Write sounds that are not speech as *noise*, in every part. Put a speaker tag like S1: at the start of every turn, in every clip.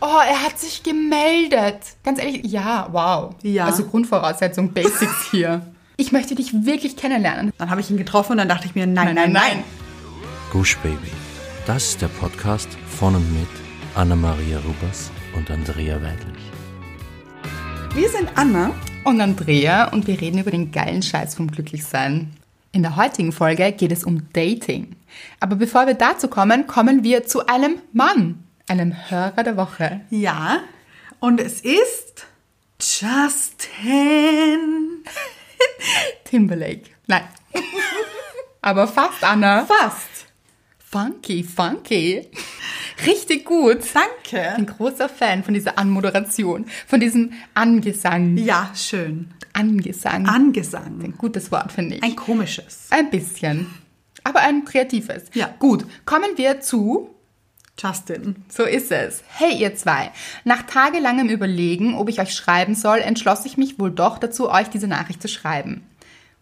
S1: oh, er hat sich gemeldet. Ganz ehrlich, ja, wow.
S2: Ja.
S1: Also Grundvoraussetzung,
S2: *laughs*
S1: Basics hier. Ich möchte dich wirklich kennenlernen.
S2: Dann habe ich ihn getroffen und dann dachte ich mir, nein, nein, nein.
S3: Gush Baby. Das ist der Podcast von und mit Anna-Maria Rubers und Andrea Weidlich.
S2: Wir sind Anna.
S1: Und Andrea und wir reden über den geilen Scheiß vom Glücklichsein. In der heutigen Folge geht es um Dating. Aber bevor wir dazu kommen, kommen wir zu einem Mann, einem Hörer der Woche.
S2: Ja. Und es ist Justin.
S1: Timberlake.
S2: *laughs*
S1: Nein. Aber fast, Anna.
S2: Fast.
S1: Funky, funky. Richtig gut. Ich bin
S2: Danke.
S1: großer Fan von dieser Anmoderation, von diesem Angesang.
S2: Ja, schön.
S1: Angesang.
S2: Angesang.
S1: ein gutes Wort, finde ich.
S2: Ein komisches.
S1: Ein bisschen. Aber ein kreatives.
S2: Ja.
S1: Gut, kommen wir zu.
S2: Justin.
S1: So ist es. Hey ihr zwei. Nach tagelangem Überlegen, ob ich euch schreiben soll, entschloss ich mich wohl doch dazu, euch diese Nachricht zu schreiben.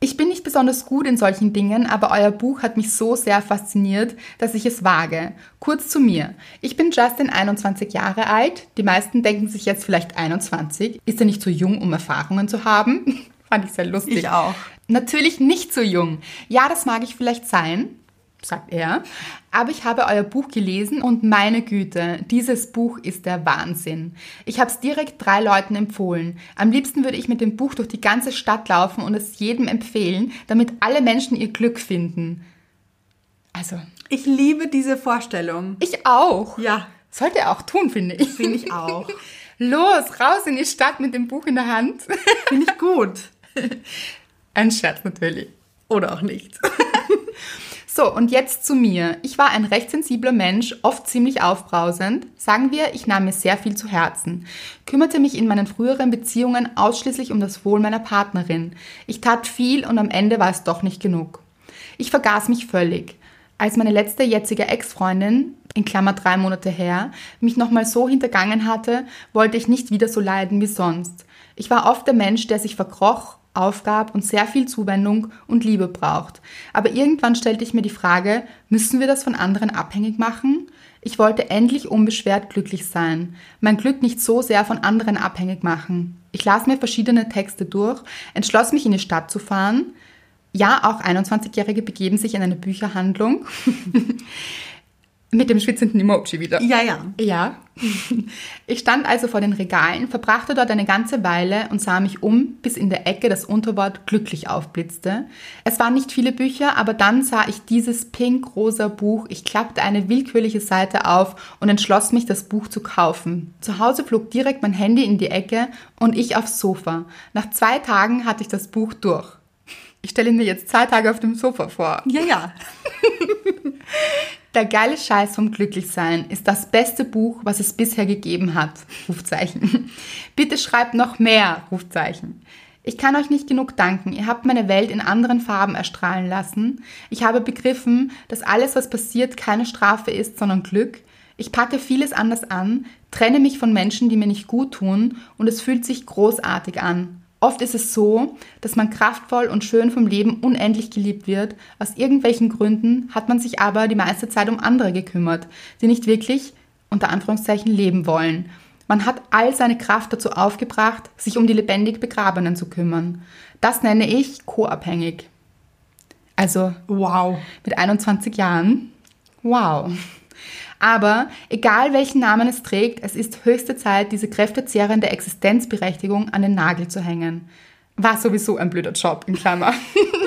S1: Ich bin nicht besonders gut in solchen Dingen, aber euer Buch hat mich so sehr fasziniert, dass ich es wage. Kurz zu mir. Ich bin Justin 21 Jahre alt. Die meisten denken sich jetzt vielleicht 21. Ist er nicht zu jung, um Erfahrungen zu haben? *laughs* Fand ich sehr lustig.
S2: Ich auch.
S1: Natürlich nicht so jung. Ja, das mag ich vielleicht sein, sagt er. Aber ich habe euer Buch gelesen und meine Güte, dieses Buch ist der Wahnsinn. Ich habe es direkt drei Leuten empfohlen. Am liebsten würde ich mit dem Buch durch die ganze Stadt laufen und es jedem empfehlen, damit alle Menschen ihr Glück finden. Also,
S2: Ich liebe diese Vorstellung.
S1: ich auch.
S2: Ja.
S1: Sollte er auch tun, finde ich.
S2: Finde ich *laughs* auch.
S1: Los, raus in die Stadt mit dem Buch in der Hand.
S2: Finde ich gut.
S1: Ein Scherz natürlich.
S2: Oder auch nicht.
S1: So, und jetzt zu mir. Ich war ein recht sensibler Mensch, oft ziemlich aufbrausend. Sagen wir, ich nahm mir sehr viel zu Herzen. Kümmerte mich in meinen früheren Beziehungen ausschließlich um das Wohl meiner Partnerin. Ich tat viel und am Ende war es doch nicht genug. Ich vergaß mich völlig. Als meine letzte jetzige Ex-Freundin, in Klammer drei Monate her, mich nochmal so hintergangen hatte, wollte ich nicht wieder so leiden wie sonst. Ich war oft der Mensch, der sich verkroch, aufgab und sehr viel Zuwendung und Liebe braucht. Aber irgendwann stellte ich mir die Frage, müssen wir das von anderen abhängig machen? Ich wollte endlich unbeschwert glücklich sein, mein Glück nicht so sehr von anderen abhängig machen. Ich las mir verschiedene Texte durch, entschloss mich in die Stadt zu fahren. Ja, auch 21-Jährige begeben sich in eine Bücherhandlung. *laughs* Mit dem schwitzenden Emoji wieder.
S2: Ja, ja.
S1: Ja. Ich stand also vor den Regalen, verbrachte dort eine ganze Weile und sah mich um, bis in der Ecke das Unterwort glücklich aufblitzte. Es waren nicht viele Bücher, aber dann sah ich dieses pink-rosa Buch. Ich klappte eine willkürliche Seite auf und entschloss mich, das Buch zu kaufen. Zu Hause flog direkt mein Handy in die Ecke und ich aufs Sofa. Nach zwei Tagen hatte ich das Buch durch. Ich stelle mir jetzt zwei Tage auf dem Sofa vor.
S2: Ja, ja.
S1: Der geile Scheiß vom Glücklichsein ist das beste Buch, was es bisher gegeben hat. Rufzeichen. Bitte schreibt noch mehr. Rufzeichen. Ich kann euch nicht genug danken. Ihr habt meine Welt in anderen Farben erstrahlen lassen. Ich habe begriffen, dass alles, was passiert, keine Strafe ist, sondern Glück. Ich packe vieles anders an, trenne mich von Menschen, die mir nicht gut tun und es fühlt sich großartig an. Oft ist es so, dass man kraftvoll und schön vom Leben unendlich geliebt wird. Aus irgendwelchen Gründen hat man sich aber die meiste Zeit um andere gekümmert, die nicht wirklich, unter Anführungszeichen, leben wollen. Man hat all seine Kraft dazu aufgebracht, sich um die lebendig Begrabenen zu kümmern. Das nenne ich co-abhängig. Also
S2: Wow.
S1: mit 21 Jahren. Wow. Aber egal welchen Namen es trägt, es ist höchste Zeit, diese kräftezehrende Existenzberechtigung an den Nagel zu hängen. War sowieso ein blöder Job, in Klammer.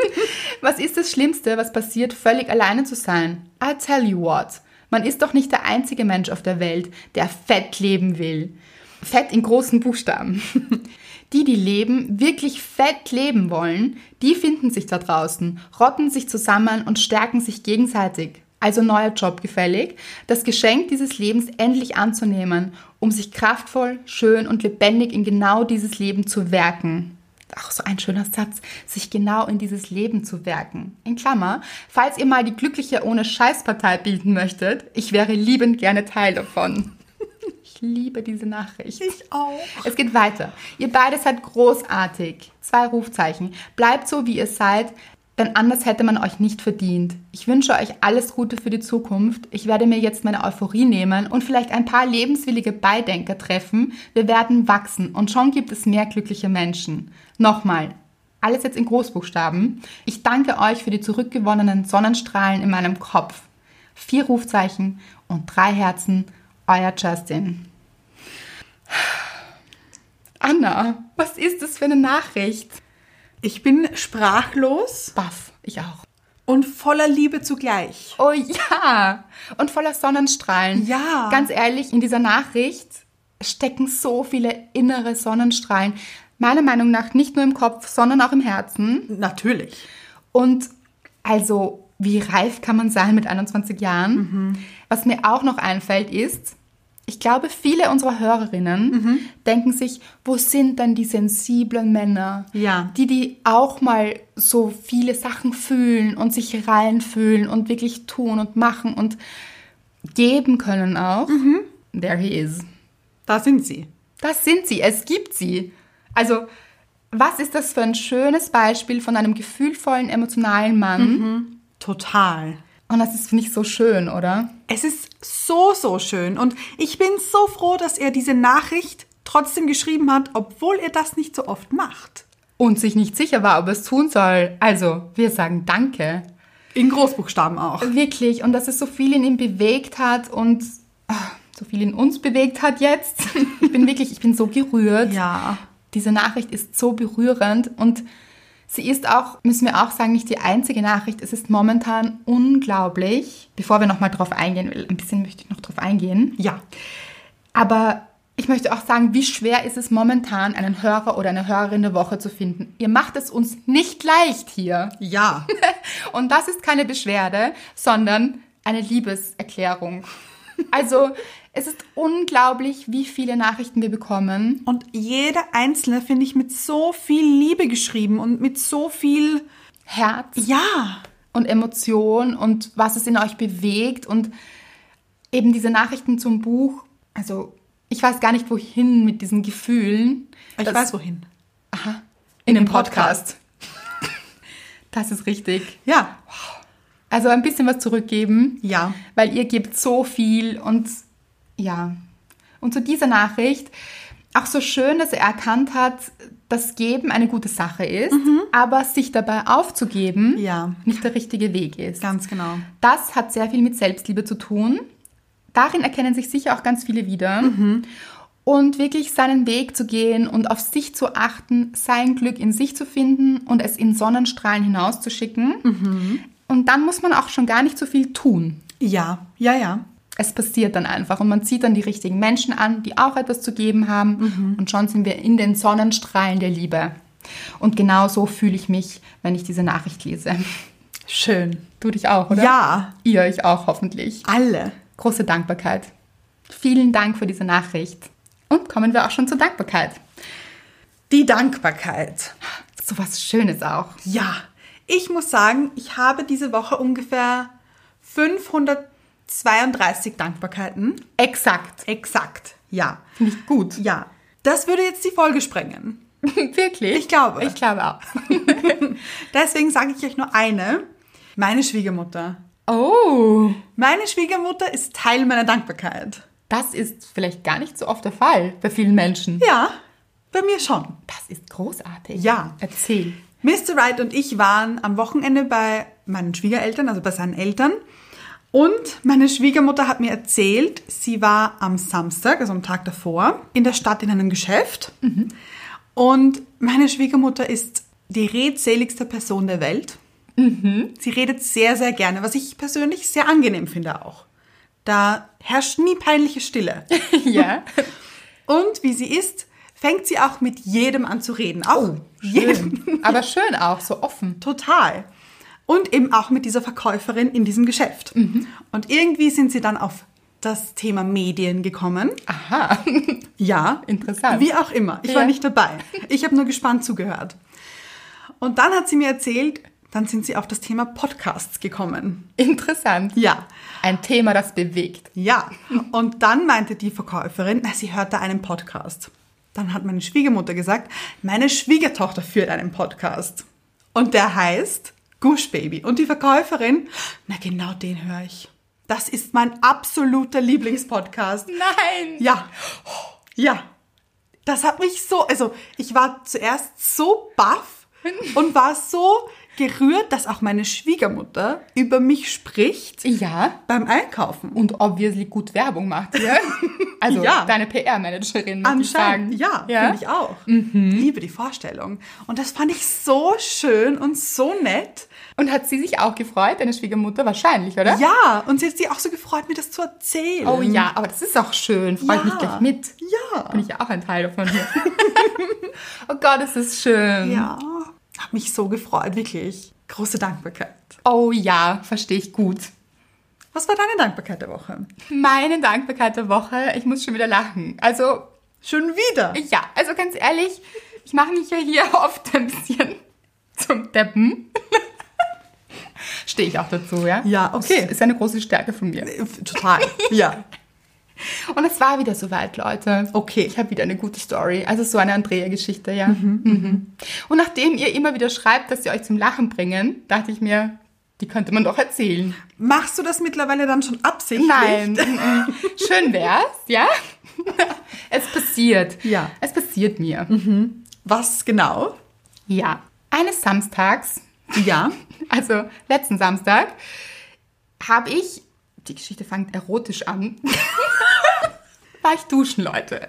S1: *laughs* was ist das Schlimmste, was passiert, völlig alleine zu sein? I'll tell you what. Man ist doch nicht der einzige Mensch auf der Welt, der fett leben will. Fett in großen Buchstaben. Die, die leben, wirklich fett leben wollen, die finden sich da draußen, rotten sich zusammen und stärken sich gegenseitig. Also neuer Job gefällig, das Geschenk dieses Lebens endlich anzunehmen, um sich kraftvoll, schön und lebendig in genau dieses Leben zu werken. Auch so ein schöner Satz, sich genau in dieses Leben zu werken. In Klammer, falls ihr mal die glückliche ohne Scheißpartei bilden möchtet, ich wäre liebend gerne Teil davon. *laughs* Ich liebe diese Nachricht.
S2: Ich auch.
S1: Es geht weiter. Ihr beide seid großartig. Zwei Rufzeichen. Bleibt so, wie ihr seid. denn anders hätte man euch nicht verdient. Ich wünsche euch alles Gute für die Zukunft. Ich werde mir jetzt meine Euphorie nehmen und vielleicht ein paar lebenswillige Beidenker treffen. Wir werden wachsen und schon gibt es mehr glückliche Menschen. Nochmal, alles jetzt in Großbuchstaben. Ich danke euch für die zurückgewonnenen Sonnenstrahlen in meinem Kopf. Vier Rufzeichen und drei Herzen, euer Justin. Anna, was ist das für eine Nachricht?
S2: Ich bin sprachlos
S1: Baff, ich auch.
S2: und voller Liebe zugleich.
S1: Oh ja! Und voller Sonnenstrahlen.
S2: Ja.
S1: Ganz ehrlich, in dieser Nachricht stecken so viele innere Sonnenstrahlen. Meiner Meinung nach nicht nur im Kopf, sondern auch im Herzen.
S2: Natürlich.
S1: Und also, wie reif kann man sein mit 21 Jahren? Was mir auch noch einfällt ist, ich glaube, viele unserer Hörerinnen denken sich, wo sind denn die sensiblen Männer?
S2: Ja.
S1: Die, die auch mal so viele Sachen fühlen und sich reinfühlen und wirklich tun und machen und geben können auch. There he is.
S2: Da sind sie.
S1: Das sind sie, es gibt sie. Also, was ist das für ein schönes Beispiel von einem gefühlvollen, emotionalen Mann?
S2: Total.
S1: Und das ist, finde ich, so schön, oder?
S2: Es ist so, so schön und ich bin so froh, dass er diese Nachricht trotzdem geschrieben hat, obwohl er das nicht so oft macht.
S1: Und sich nicht sicher war, ob er es tun soll. Also, wir sagen Danke.
S2: In Großbuchstaben auch.
S1: Wirklich, und dass es so viel in ihm bewegt hat und ah, so viel in uns bewegt hat jetzt. *laughs* Ich bin wirklich, ich bin so gerührt.
S2: Ja.
S1: Diese Nachricht ist so berührend und sie ist auch, müssen wir auch sagen, nicht die einzige Nachricht. Es ist momentan unglaublich. Bevor wir nochmal drauf eingehen, weil ein bisschen möchte ich noch drauf eingehen.
S2: Ja.
S1: Aber ich möchte auch sagen, wie schwer ist es momentan, einen Hörer oder eine Hörerin der Woche zu finden. Ihr macht es uns nicht leicht hier.
S2: Ja.
S1: Und das ist keine Beschwerde, sondern eine Liebeserklärung. Also, es ist unglaublich, wie viele Nachrichten wir bekommen.
S2: *laughs* Und jeder einzelne finde ich mit so viel Liebe geschrieben und mit so viel
S1: Herz
S2: ja,
S1: und Emotion und was es in euch bewegt und eben diese Nachrichten zum Buch. Also, ich weiß gar nicht, wohin mit diesen Gefühlen.
S2: ich
S1: Das-
S2: weiß wohin.
S1: In dem
S2: Podcast.
S1: Podcast. Das ist richtig.
S2: Ja,
S1: Also ein bisschen was zurückgeben.
S2: Ja.
S1: Weil ihr gebt so viel und ja. Und zu dieser Nachricht auch so schön, dass er erkannt hat, dass Geben eine gute Sache ist, aber sich dabei aufzugeben
S2: Ja.
S1: nicht der richtige Weg ist.
S2: ganz genau.
S1: Das hat sehr viel mit Selbstliebe zu tun. Darin erkennen sich sicher auch ganz viele wieder. Und wirklich seinen Weg zu gehen und auf sich zu achten, sein Glück in sich zu finden und es in Sonnenstrahlen hinauszuschicken. Und dann muss man auch schon gar nicht so viel tun.
S2: Ja, ja, ja.
S1: Es passiert dann einfach und man zieht dann die richtigen Menschen an, die auch etwas zu geben haben. Und schon sind wir in den Sonnenstrahlen der Liebe. Und genau so fühle ich mich, wenn ich diese Nachricht lese.
S2: Schön.
S1: Du dich auch, oder?
S2: Ja,
S1: Ihr euch auch hoffentlich.
S2: alle.
S1: Große Dankbarkeit. Vielen Dank für diese Nachricht. Und kommen wir auch schon zur Dankbarkeit.
S2: Die Dankbarkeit.
S1: So was Schönes auch.
S2: Ja, ich muss sagen, ich habe diese Woche ungefähr 532 Dankbarkeiten.
S1: Exakt.
S2: Exakt. Ja.
S1: Finde ich gut. *laughs*
S2: Ja. Das würde jetzt die Folge sprengen.
S1: Wirklich?
S2: Ich glaube.
S1: Ich glaube auch.
S2: Deswegen sage ich euch nur eine. Meine Schwiegermutter.
S1: Oh.
S2: Meine Schwiegermutter ist Teil meiner Dankbarkeit.
S1: Das ist vielleicht gar nicht so oft der Fall bei vielen Menschen.
S2: Ja, bei mir schon.
S1: Das ist großartig.
S2: Ja.
S1: Erzähl.
S2: *laughs* Mr. Wright und ich waren am Wochenende bei meinen Schwiegereltern, also bei seinen Eltern. Und meine Schwiegermutter hat mir erzählt, sie war am Samstag, also am Tag davor, in der Stadt in einem Geschäft. Und meine Schwiegermutter ist die redseligste Person der Welt. Sie redet sehr, sehr gerne, was ich persönlich sehr angenehm finde auch. Da herrscht nie peinliche Stille.
S1: ja.
S2: Und wie sie ist, fängt sie auch mit jedem an zu reden. Auch jedem.
S1: Aber schön auch, so offen.
S2: Total. Und eben auch mit dieser Verkäuferin in diesem Geschäft.
S1: Mhm.
S2: Und irgendwie sind sie dann auf das Thema Medien gekommen.
S1: Aha.
S2: *laughs* Ja,
S1: Interessant.
S2: Wie auch immer. Ich war
S1: Ja.
S2: nicht dabei. Ich habe nur gespannt zugehört. Und dann hat sie mir erzählt, dann sind sie auf das Thema Podcasts gekommen.
S1: Interessant.
S2: Ja,
S1: Ein Thema, das bewegt.
S2: ja. Und dann meinte die Verkäuferin, na, sie hört da einen Podcast. Dann hat meine Schwiegermutter gesagt, meine Schwiegertochter führt einen Podcast. Und der heißt Gush Baby. Und die Verkäuferin, na genau den höre ich. Das ist mein absoluter Lieblingspodcast.
S1: Nein!
S2: Ja. Ja. Das hat mich so, also ich war zuerst so baff und war so gerührt, dass auch meine Schwiegermutter über mich spricht
S1: Ja.
S2: beim Einkaufen.
S1: Und obviously gut Werbung macht
S2: *laughs*
S1: hier. Also
S2: Ja.
S1: deine PR-Managerin, muss ich sagen.
S2: Anscheinend, ja, Mhm. finde ich auch. Liebe die Vorstellung. Und das fand ich so schön und so nett.
S1: Und hat sie sich auch gefreut, deine Schwiegermutter? Wahrscheinlich, oder?
S2: Ja, und sie hat sich auch so gefreut, mir das zu erzählen.
S1: Oh ja, aber das ist auch schön. Freue ich mich
S2: Ja.
S1: gleich mit.
S2: Ja.
S1: Bin ich ja auch ein Teil davon hier. *laughs* oh Gott, es ist schön.
S2: Ja, hab mich so gefreut, wirklich. Große Dankbarkeit.
S1: Oh ja, verstehe ich gut.
S2: Was war deine Dankbarkeit der Woche?
S1: Meine Dankbarkeit der Woche, ich muss schon wieder lachen. Also,
S2: Schon wieder.
S1: ja, also ganz ehrlich, ich mache mich ja hier *laughs* oft ein bisschen zum Deppen. Stehe ich auch dazu, ja?
S2: Ja, okay.
S1: Das ist eine große Stärke von mir.
S2: Äh, Total. *laughs* Ja.
S1: Und es war wieder soweit, Leute.
S2: Okay.
S1: Ich habe wieder eine gute Story. Also so eine Andrea-Geschichte, ja. Mhm. Und nachdem ihr immer wieder schreibt, dass sie euch zum Lachen bringen, dachte ich mir, die könnte man doch erzählen.
S2: Machst du das mittlerweile dann schon absichtlich?
S1: Nein. mhm. Schön wär's, ja? *laughs* es passiert.
S2: Ja. Mhm.
S1: Es passiert mir.
S2: Was genau?
S1: Ja. Eines Samstags,
S2: *laughs* Ja.
S1: also letzten Samstag, habe ich, die Geschichte fängt erotisch an, *laughs* war ich duschen, Leute.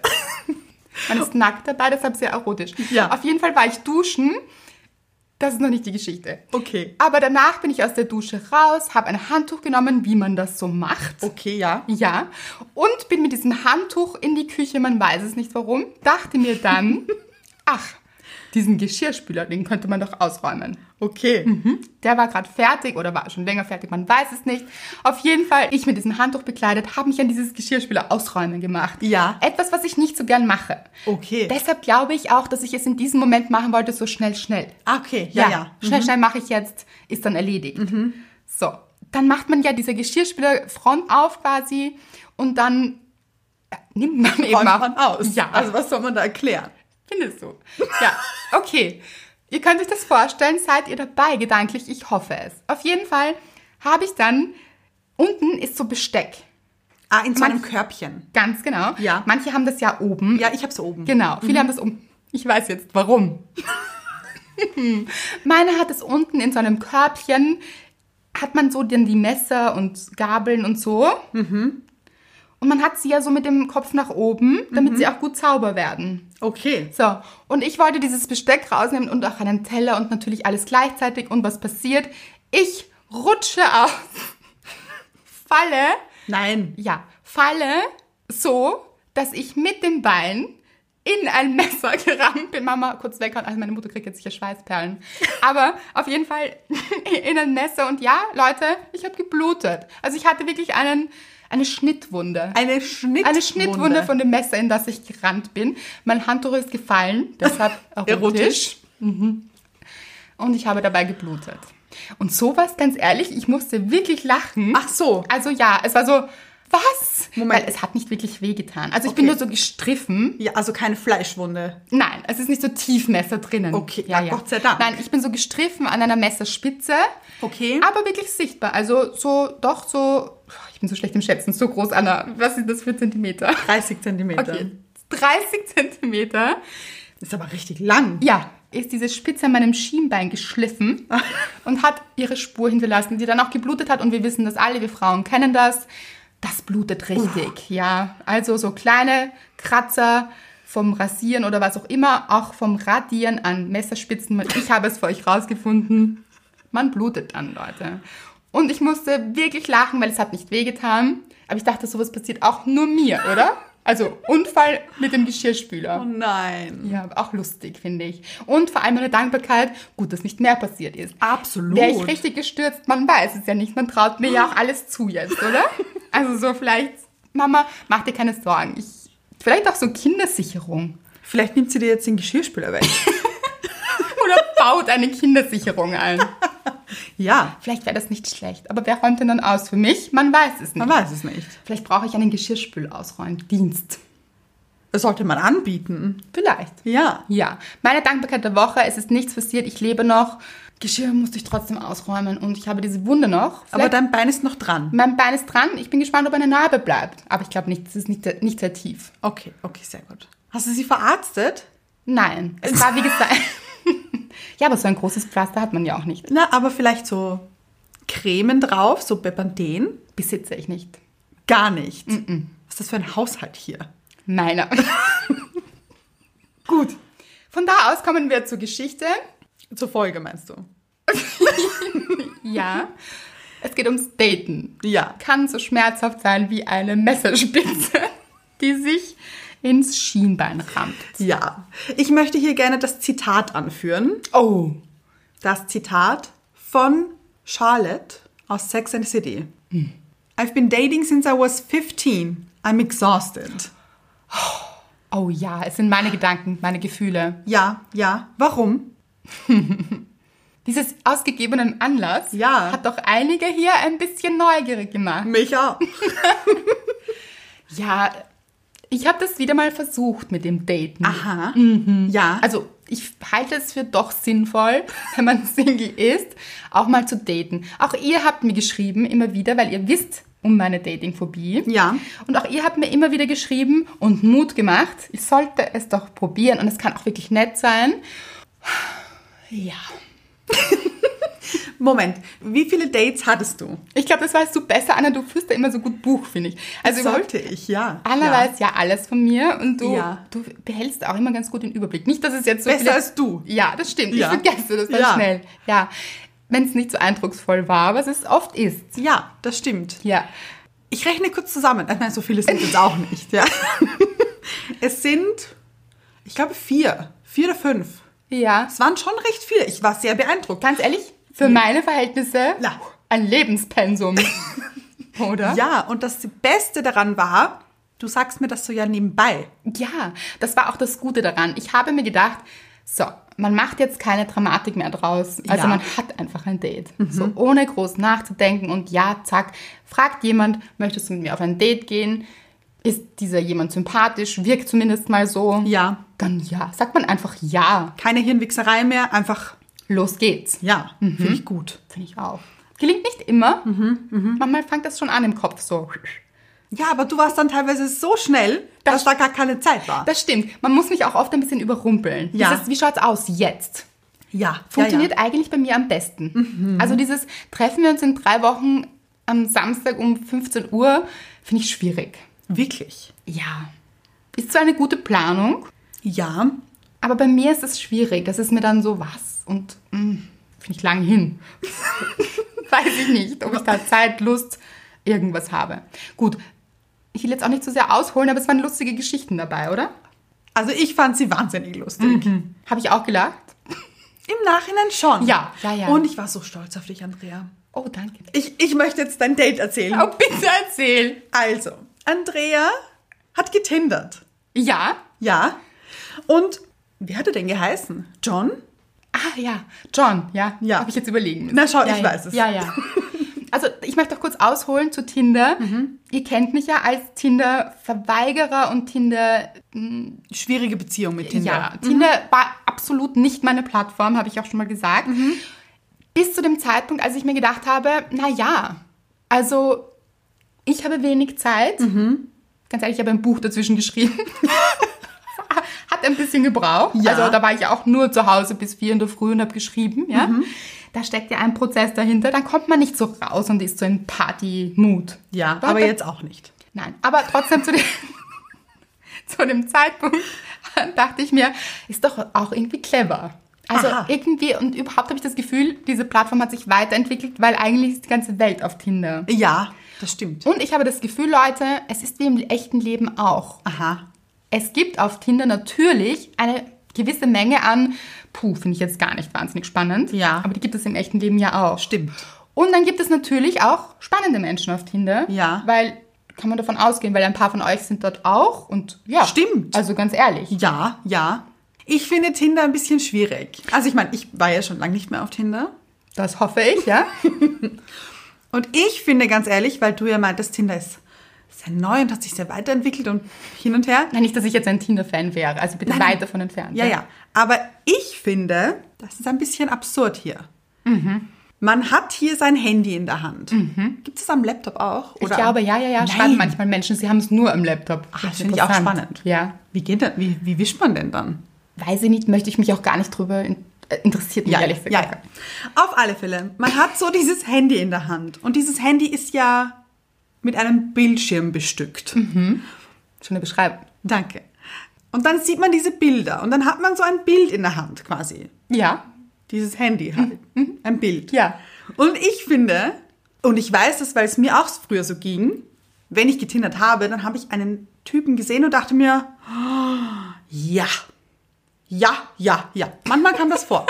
S1: Man ist nackt dabei, deshalb sehr erotisch.
S2: Ja.
S1: Auf jeden Fall war ich duschen. Das ist noch nicht die Geschichte.
S2: Okay.
S1: Aber danach bin ich aus der Dusche raus, habe ein Handtuch genommen, wie man das so macht.
S2: Okay, ja.
S1: Ja, und bin mit diesem Handtuch in die Küche, man weiß es nicht warum, dachte mir
S2: *laughs*
S1: dann, ach, diesen Geschirrspüler, den könnte man doch ausräumen.
S2: Okay.
S1: Hm? Der war gerade fertig oder war schon länger fertig, man weiß es nicht. Auf jeden Fall, ich mit diesem Handtuch bekleidet, habe mich an dieses Geschirrspüler ausräumen gemacht.
S2: Ja.
S1: Etwas, was ich nicht so gern mache.
S2: Okay.
S1: Deshalb glaube ich auch, dass ich es in diesem Moment machen wollte, so schnell, schnell.
S2: Ah, okay, ja, ja. Mhm.
S1: Schnell, schnell mache ich jetzt, ist dann erledigt. So, dann macht man ja diese Geschirrspülerfront auf quasi und dann äh, nimmt man eben
S2: Räumt
S1: auch-
S2: man aus.
S1: Ja,
S2: Also was soll man da erklären?
S1: findest du. Ja, okay. Ihr könnt euch das vorstellen, seid ihr dabei gedanklich, ich hoffe es. Auf jeden Fall habe ich dann, unten ist so Besteck,
S2: Ah, in so
S1: Man-
S2: einem Körbchen.
S1: ganz genau.
S2: Ja.
S1: Manche haben das ja oben
S2: Ja, Mhm. ich hab's oben.
S1: Genau, viele haben das um. Ich weiß jetzt warum. *laughs* Meine hat es unten in so einem Körbchen, hat man so dann die Messer und Gabeln und so.
S2: Mhm.
S1: Und man hat sie ja so mit dem Kopf nach oben, damit
S2: Mhm.
S1: sie auch gut sauber werden.
S2: Okay.
S1: So, und ich wollte dieses Besteck rausnehmen und auch einen Teller und natürlich alles gleichzeitig. Und was passiert? Ich rutsche aus, falle
S2: Nein.
S1: ja, falle so, dass ich mit dem Bein in ein Messer gerammt bin. Mama, kurz weghauen. Also meine Mutter kriegt jetzt sicher Schweißperlen. Aber auf jeden Fall *laughs* in ein Messer. Und ja, Leute, ich habe geblutet. Also ich hatte wirklich einen, eine Schnittwunde.
S2: Eine Schnittwunde.
S1: Eine Schnittwunde von dem Messer, in das ich gerannt bin. Mein Handtuch ist gefallen,
S2: *laughs*
S1: deshalb erotisch.
S2: Erotisch.
S1: Mhm. Und ich habe dabei geblutet. Und sowas, ganz ehrlich, ich musste wirklich lachen.
S2: Ach so.
S1: Also ja, es war so, was?
S2: Moment.
S1: Weil es hat nicht wirklich wehgetan. Also ich bin
S2: Okay.
S1: nur so gestriffen.
S2: Ja, also keine Fleischwunde.
S1: Nein, es ist nicht so Tiefmesser drinnen.
S2: Okay, ja, Gott sei Dank.
S1: Nein, ich bin so gestriffen an einer Messerspitze.
S2: Okay.
S1: Aber wirklich sichtbar. Also so, doch so, ich bin so schlecht im Schätzen, so groß, Anna. Was sind das für Zentimeter?
S2: 30 Zentimeter.
S1: Okay, 30 Zentimeter.
S2: Ist aber richtig lang.
S1: Ja, ist diese Spitze an meinem Schienbein geschliffen und hat ihre Spur hinterlassen, die dann auch geblutet hat. Und wir wissen das alle, wir Frauen kennen das. Das blutet richtig, ja. Also so kleine Kratzer vom Rasieren oder was auch immer, auch vom Radieren an Messerspitzen. Ich habe es für euch rausgefunden. Man blutet dann, Leute. Und ich musste wirklich lachen, weil es hat nicht wehgetan. Aber ich dachte, sowas passiert auch nur mir, oder? Also Unfall mit dem Geschirrspüler.
S2: Oh nein.
S1: Ja, auch lustig, finde ich. Und vor allem eine Dankbarkeit, gut, dass nicht mehr passiert ist.
S2: Absolut.
S1: Wäre ich richtig gestürzt, man weiß es ja nicht. Man traut mir ja auch alles zu jetzt,
S2: *laughs*
S1: oder? Also so vielleicht, Mama, mach dir keine Sorgen. Ich, vielleicht auch so Kindersicherung.
S2: Vielleicht nimmt sie dir jetzt den Geschirrspüler weg.
S1: *laughs* Oder baut eine Kindersicherung ein.
S2: ja,
S1: Vielleicht wäre das nicht schlecht. Aber wer räumt denn dann aus für mich? Man weiß es nicht.
S2: man weiß es nicht.
S1: Vielleicht brauche ich einen Geschirrspülausräumdienst.
S2: Das sollte man anbieten.
S1: Vielleicht.
S2: Ja.
S1: Ja, meine Dankbarkeit der Woche, es ist nichts passiert, ich lebe noch. Geschirr musste ich trotzdem ausräumen und ich habe diese Wunde noch.
S2: Aber
S1: Vielleicht-
S2: dein Bein ist noch dran.
S1: mein Bein ist dran. Ich bin gespannt, ob eine Narbe bleibt. Aber ich glaube nicht, es ist nicht, sehr- nicht sehr tief.
S2: Okay, okay, sehr gut. Hast du sie verarztet?
S1: Nein, es war wie gesagt. *laughs* ja, aber so ein großes Pflaster hat man ja auch nicht.
S2: Na, aber vielleicht so Cremen drauf, so Bepanthen?
S1: Besitze ich nicht.
S2: Gar nicht. Was ist das für ein Haushalt hier?
S1: Meiner. *laughs* Gut. Von da aus kommen wir zur Geschichte.
S2: Zur Folge meinst du?
S1: Ja. Es geht ums Daten.
S2: Ja.
S1: Kann so schmerzhaft sein wie eine Messerspitze, *laughs* die sich ins Schienbein rammt.
S2: Ja. Ich möchte hier gerne das Zitat anführen.
S1: Oh.
S2: Das Zitat von Charlotte aus Sex and the City. I've been dating since I was 15. I'm exhausted.
S1: Oh ja, es sind meine Gedanken, meine Gefühle.
S2: Ja, ja. Warum?
S1: Dieses ausgegebenen Anlass
S2: Ja.
S1: hat doch einige hier ein bisschen neugierig gemacht.
S2: Mich auch.
S1: Ja, ich habe das wieder mal versucht mit dem Daten.
S2: Aha. Ja.
S1: Also ich halte es für doch sinnvoll, *laughs* wenn man Single ist, auch mal zu daten. Auch ihr habt mir geschrieben, immer wieder, weil ihr wisst um meine Datingphobie.
S2: Ja.
S1: Und auch ihr habt mir immer wieder geschrieben und Mut gemacht, ich sollte es doch probieren. Und es kann auch wirklich nett sein. Ja.
S2: Moment. Wie viele Dates hattest du?
S1: Ich glaube, das weißt du besser, Anna. Du führst da immer so gut Buch, finde ich. Also überhaupt-
S2: Sollte ich, ja.
S1: Anna
S2: ja.
S1: weiß ja alles von mir und du,
S2: Ja.
S1: du behältst auch immer ganz gut den Überblick. Nicht, dass es jetzt so
S2: Besser
S1: vielleicht-
S2: als du.
S1: Ja, das stimmt.
S2: Ja.
S1: Ich vergesse das dann
S2: Ja.
S1: schnell. Ja, wenn es nicht so eindrucksvoll war, was es oft ist.
S2: Ja, das stimmt.
S1: Ja,
S2: Ich rechne kurz zusammen. Ich meine, so viele sind es auch nicht, *laughs* ja. Es sind, ich glaube, vier. Vier oder fünf.
S1: ja.
S2: Es waren schon recht viele. Ich war sehr beeindruckt.
S1: Ganz ehrlich, für meine Verhältnisse
S2: Na.
S1: ein
S2: *laughs*
S1: Lebenspensum, oder?
S2: Ja, und das Beste daran war, du sagst mir das so ja nebenbei.
S1: Ja, das war auch das Gute daran. Ich habe mir gedacht, so, man macht jetzt keine Dramatik mehr draus. Also
S2: Ja. Mhm.
S1: man hat einfach ein Date. So ohne groß nachzudenken und ja, zack, fragt jemand, möchtest du mit mir auf ein Date gehen? Ist dieser jemand sympathisch? Wirkt zumindest mal so.
S2: Ja.
S1: Dann ja. Sagt man einfach ja.
S2: Keine Hirnwichserei mehr, einfach
S1: Los geht's.
S2: ja. Finde ich gut.
S1: Finde ich auch. Gelingt nicht immer.
S2: Mhm,
S1: Manchmal fängt das schon an im Kopf so.
S2: Ja, aber du warst dann teilweise so schnell, dass
S1: Das-
S2: da gar keine Zeit war.
S1: Das stimmt. Man muss mich auch oft ein bisschen überrumpeln.
S2: Ja.
S1: Dieses, wie schaut's aus jetzt?
S2: ja,
S1: funktioniert
S2: Ja,
S1: eigentlich bei mir am besten. Also dieses Treffen wir uns in drei Wochen am Samstag um 15 Uhr, finde ich schwierig.
S2: ja. Wirklich.
S1: Ja. Ist zwar eine gute Planung,
S2: Ja.
S1: aber bei mir ist es schwierig. Das ist mir dann so was und mm, finde ich lang hin. *laughs* Weiß ich nicht, ob ich da Zeit, Lust, irgendwas habe. Gut, ich will jetzt auch nicht zu so sehr ausholen, aber es waren lustige Geschichten dabei, oder?
S2: Also ich fand sie wahnsinnig lustig.
S1: Habe ich auch gelacht?
S2: Im Nachhinein schon.
S1: Ja, ja, ja.
S2: Und ich war so stolz auf dich, Andrea.
S1: Oh, danke.
S2: Ich, ich möchte jetzt dein Date erzählen.
S1: Oh, bitte erzähl.
S2: Also, Andrea hat getindert.
S1: Ja?
S2: Ja. Und wie hat er denn geheißen? John?
S1: Ah ja, John, ja.
S2: Ja.
S1: Habe ich jetzt überlegen müssen.
S2: Na, schau,
S1: ja,
S2: ich
S1: ja.
S2: weiß es.
S1: Ja,
S2: *laughs*
S1: ja. Also ich möchte auch kurz ausholen zu Tinder.
S2: Mhm.
S1: Ihr kennt mich ja als Tinder-Verweigerer und Tinder.
S2: Schwierige Beziehung mit
S1: Ja, Tinder war absolut nicht meine Plattform, habe ich auch schon mal gesagt.
S2: Mhm.
S1: Bis zu dem Zeitpunkt, als ich mir gedacht habe, na ja, also ich habe wenig Zeit.
S2: Mhm.
S1: Ganz ehrlich, ich habe ein Buch dazwischen geschrieben.
S2: *laughs*
S1: Hat ein bisschen gebraucht.
S2: Ja.
S1: Also da war ich auch nur zu Hause bis vier in der Früh und habe geschrieben. Ja?
S2: Mhm.
S1: Da steckt ja ein Prozess dahinter. Dann kommt man nicht so raus und ist so in Party-Mut.
S2: Ja,
S1: Leute,
S2: aber jetzt auch nicht.
S1: Nein, aber trotzdem zu dem, *laughs* zu dem Zeitpunkt dachte ich mir, ist doch auch irgendwie clever. Also
S2: Aha.
S1: irgendwie und überhaupt habe ich das Gefühl, diese Plattform hat sich weiterentwickelt, weil eigentlich ist die ganze Welt auf Tinder.
S2: Ja, das stimmt.
S1: Und ich habe das Gefühl, Leute, es ist wie im echten Leben auch.
S2: Aha.
S1: Es gibt auf Tinder natürlich eine gewisse Menge an, puh, finde ich jetzt gar nicht wahnsinnig spannend.
S2: Ja.
S1: Aber die gibt es im echten Leben ja auch.
S2: Stimmt.
S1: Und dann gibt es natürlich auch spannende Menschen auf Tinder.
S2: Ja.
S1: Weil kann man davon ausgehen, weil ein paar von euch sind dort auch und ja.
S2: Stimmt.
S1: Also ganz ehrlich.
S2: Ja, ja. Ich finde Tinder ein bisschen schwierig. Also ich meine, ich war ja schon lange nicht mehr auf Tinder.
S1: Das hoffe ich, ja.
S2: *laughs* Und ich finde ganz ehrlich, weil du ja meintest, Tinder ist sehr neu und hat sich sehr weiterentwickelt und hin und her.
S1: Nein, nicht, dass ich jetzt ein Tinder-Fan wäre. Also bitte
S2: Nein,
S1: weit
S2: nein.
S1: davon entfernt.
S2: Ja, ja. Aber ich finde, das ist ein bisschen absurd hier.
S1: Mhm.
S2: Man hat hier sein Handy in der Hand. Gibt es am Laptop auch?
S1: Ich glaube,
S2: am-
S1: ja, ja, ja, schreiben manchmal Menschen, sie haben es nur am Laptop.
S2: Ah, das finde ich auch
S1: Interessant.
S2: spannend.
S1: Ja.
S2: Wie geht denn, wie, wie wischt man denn dann?
S1: Weiß ich nicht, möchte ich mich auch gar nicht drüber in, äh, interessiert mich ehrlich
S2: ja,
S1: gesagt.
S2: ja. Auf alle Fälle. Man hat so dieses Handy in der Hand. Und dieses Handy ist ja mit einem Bildschirm bestückt.
S1: Mhm. Schöne Beschreibung.
S2: Danke. Und dann sieht man diese Bilder. Und dann hat man so ein Bild in der Hand quasi.
S1: Ja,
S2: Dieses Handy halt. Ein Bild.
S1: Mhm. ja.
S2: Und ich finde, und ich weiß das, weil es mir auch früher so ging, wenn ich getindert habe, dann habe ich einen Typen gesehen und dachte mir, "Oh, ja, ja, ja, ja. Manchmal kam das vor.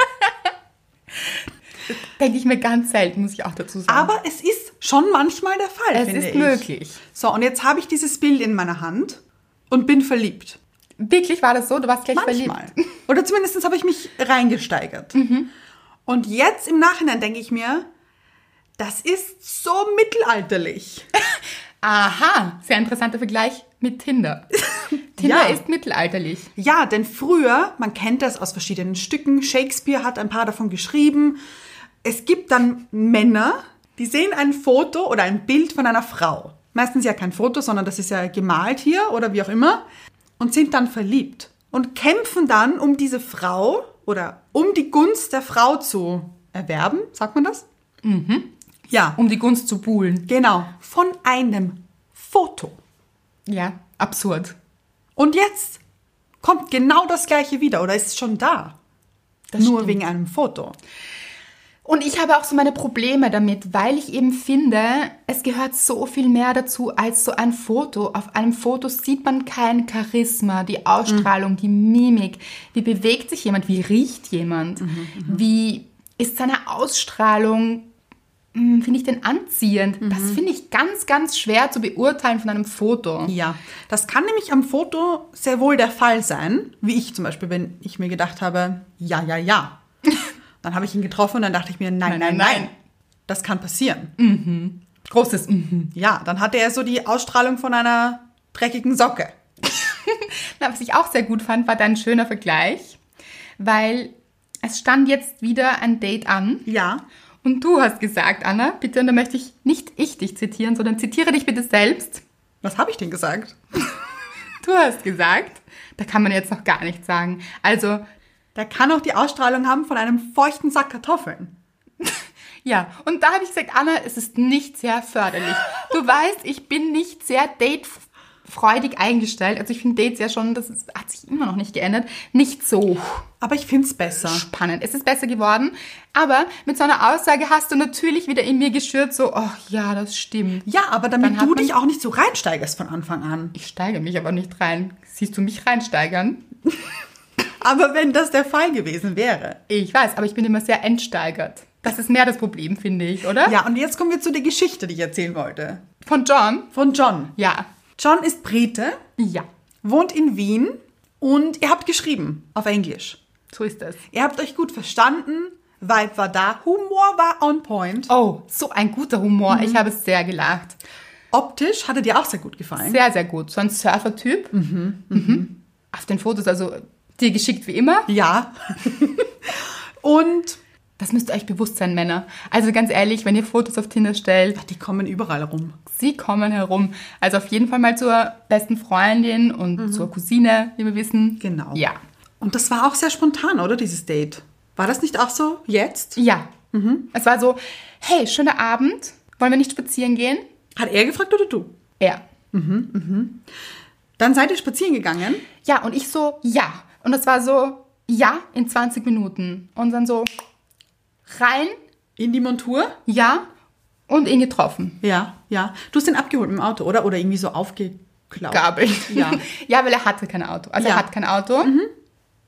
S1: Denke ich mir ganz selten, muss ich auch dazu sagen.
S2: Aber es ist schon manchmal der Fall.
S1: Es
S2: finde
S1: ist
S2: ich.
S1: möglich.
S2: So, und jetzt habe ich dieses Bild in meiner Hand und bin verliebt.
S1: Wirklich war das so, du warst gleich
S2: Manchmal.
S1: verliebt.
S2: Oder zumindest habe ich mich reingesteigert.
S1: Mhm.
S2: Und jetzt im Nachhinein denke ich mir, das ist so mittelalterlich.
S1: Aha, sehr interessanter Vergleich mit
S2: *laughs*
S1: Tinder. Tinder
S2: Ja.
S1: ist mittelalterlich.
S2: Ja, denn früher, man kennt das aus verschiedenen Stücken, Shakespeare hat ein paar davon geschrieben. Es gibt dann Männer, die sehen ein Foto oder ein Bild von einer Frau. Meistens ja kein Foto, sondern das ist ja gemalt hier oder wie auch immer. Und sind dann verliebt und kämpfen dann um diese Frau oder um die Gunst der Frau zu erwerben, sagt man das? Mhm. Ja,
S1: Um die Gunst zu buhlen.
S2: genau, von einem Foto.
S1: Ja, absurd.
S2: Und jetzt kommt genau das gleiche wieder oder ist schon da.
S1: Das
S2: Nur
S1: stimmt.
S2: wegen einem Foto.
S1: Und ich habe auch so meine Probleme damit, weil ich eben finde, es gehört so viel mehr dazu als so ein Foto. Auf einem Foto sieht man kein Charisma, die Ausstrahlung, die Mimik. Wie bewegt sich jemand? Wie riecht jemand? wie ist seine Ausstrahlung? Hm, Finde ich den anziehend? Das finde ich ganz, ganz schwer zu beurteilen von einem Foto.
S2: Ja, das kann nämlich am Foto sehr wohl der Fall sein, wie ich zum Beispiel, wenn ich mir gedacht habe, ja,
S1: *laughs*
S2: ja, ja. Dann habe ich ihn getroffen und dann dachte ich mir,
S1: Nein,
S2: nein, nein, nein.
S1: nein. Mhm.
S2: Das kann passieren.
S1: Großes Mhm.
S2: Ja, dann hatte er so die Ausstrahlung von einer dreckigen Socke.
S1: Na, was ich auch sehr gut fand, war dein schöner Vergleich, weil es stand jetzt wieder ein Date an.
S2: Ja.
S1: Und du hast gesagt, Anna, bitte, und da möchte ich nicht ich dich zitieren, sondern zitiere dich bitte selbst.
S2: Was habe ich denn gesagt?
S1: Du hast gesagt, da kann man jetzt noch gar nichts sagen. Also,
S2: Der kann auch die Ausstrahlung haben von einem feuchten Sack Kartoffeln.
S1: ja, und da habe ich gesagt, Anna, es ist nicht sehr förderlich. Du weißt, ich bin nicht sehr datefreudig eingestellt. Also ich finde Dates ja schon, das ist, hat sich immer noch nicht geändert, nicht so
S2: Aber ich finde es besser.
S1: spannend. Es ist besser geworden, aber mit so einer Aussage hast du natürlich wieder in mir geschürt, so, ach ja, das stimmt.
S2: Ja, aber
S1: Dann
S2: damit
S1: hat
S2: du
S1: man-
S2: dich auch nicht so reinsteigerst von Anfang an.
S1: Ich steige mich aber nicht rein. Siehst du mich reinsteigern?
S2: Aber wenn das der Fall gewesen wäre.
S1: Ich weiß, aber ich bin immer sehr entsteigert. Das ist mehr das Problem, finde ich, oder?
S2: Ja, und jetzt kommen wir zu der Geschichte, die ich erzählen wollte.
S1: Von John?
S2: Von John.
S1: Ja.
S2: John ist Brite,
S1: Ja.
S2: wohnt in Wien und ihr habt geschrieben auf Englisch.
S1: So ist es.
S2: Ihr habt euch gut verstanden, Vibe war da, Humor war on point.
S1: Oh, so ein guter Humor. Ich habe sehr gelacht.
S2: Optisch hatte dir auch sehr gut gefallen.
S1: Sehr, sehr gut. So ein Surfer-Typ. Mhm. Mhm. Auf den Fotos, also dir geschickt wie immer.
S2: ja. *laughs* und
S1: Das müsst ihr euch bewusst sein, Männer. Also ganz ehrlich, wenn ihr Fotos auf Tinder stellt,
S2: die kommen überall rum.
S1: sie kommen herum. Also auf jeden Fall mal zur besten Freundin und zur Cousine, wie wir wissen.
S2: Genau.
S1: Ja.
S2: Und das war auch sehr spontan, oder, dieses Date? War das nicht auch so jetzt?
S1: Ja. Es war so, hey, schöner Abend. Wollen wir nicht spazieren gehen?
S2: Hat er gefragt oder du?
S1: Er.
S2: Dann seid ihr spazieren gegangen.
S1: Ja, und ich so, ja. Und das war so, ja, in 20 Minuten. Und dann so, rein,
S2: In die Montur?
S1: ja, und ihn getroffen.
S2: Ja, ja. Du hast den abgeholt im Auto, oder? Oder irgendwie so aufgeklaut.
S1: Gabel.
S2: Ja.
S1: *laughs* ja, weil er hatte kein Auto. Also
S2: Ja.
S1: er
S2: Mhm.
S1: hat kein Auto.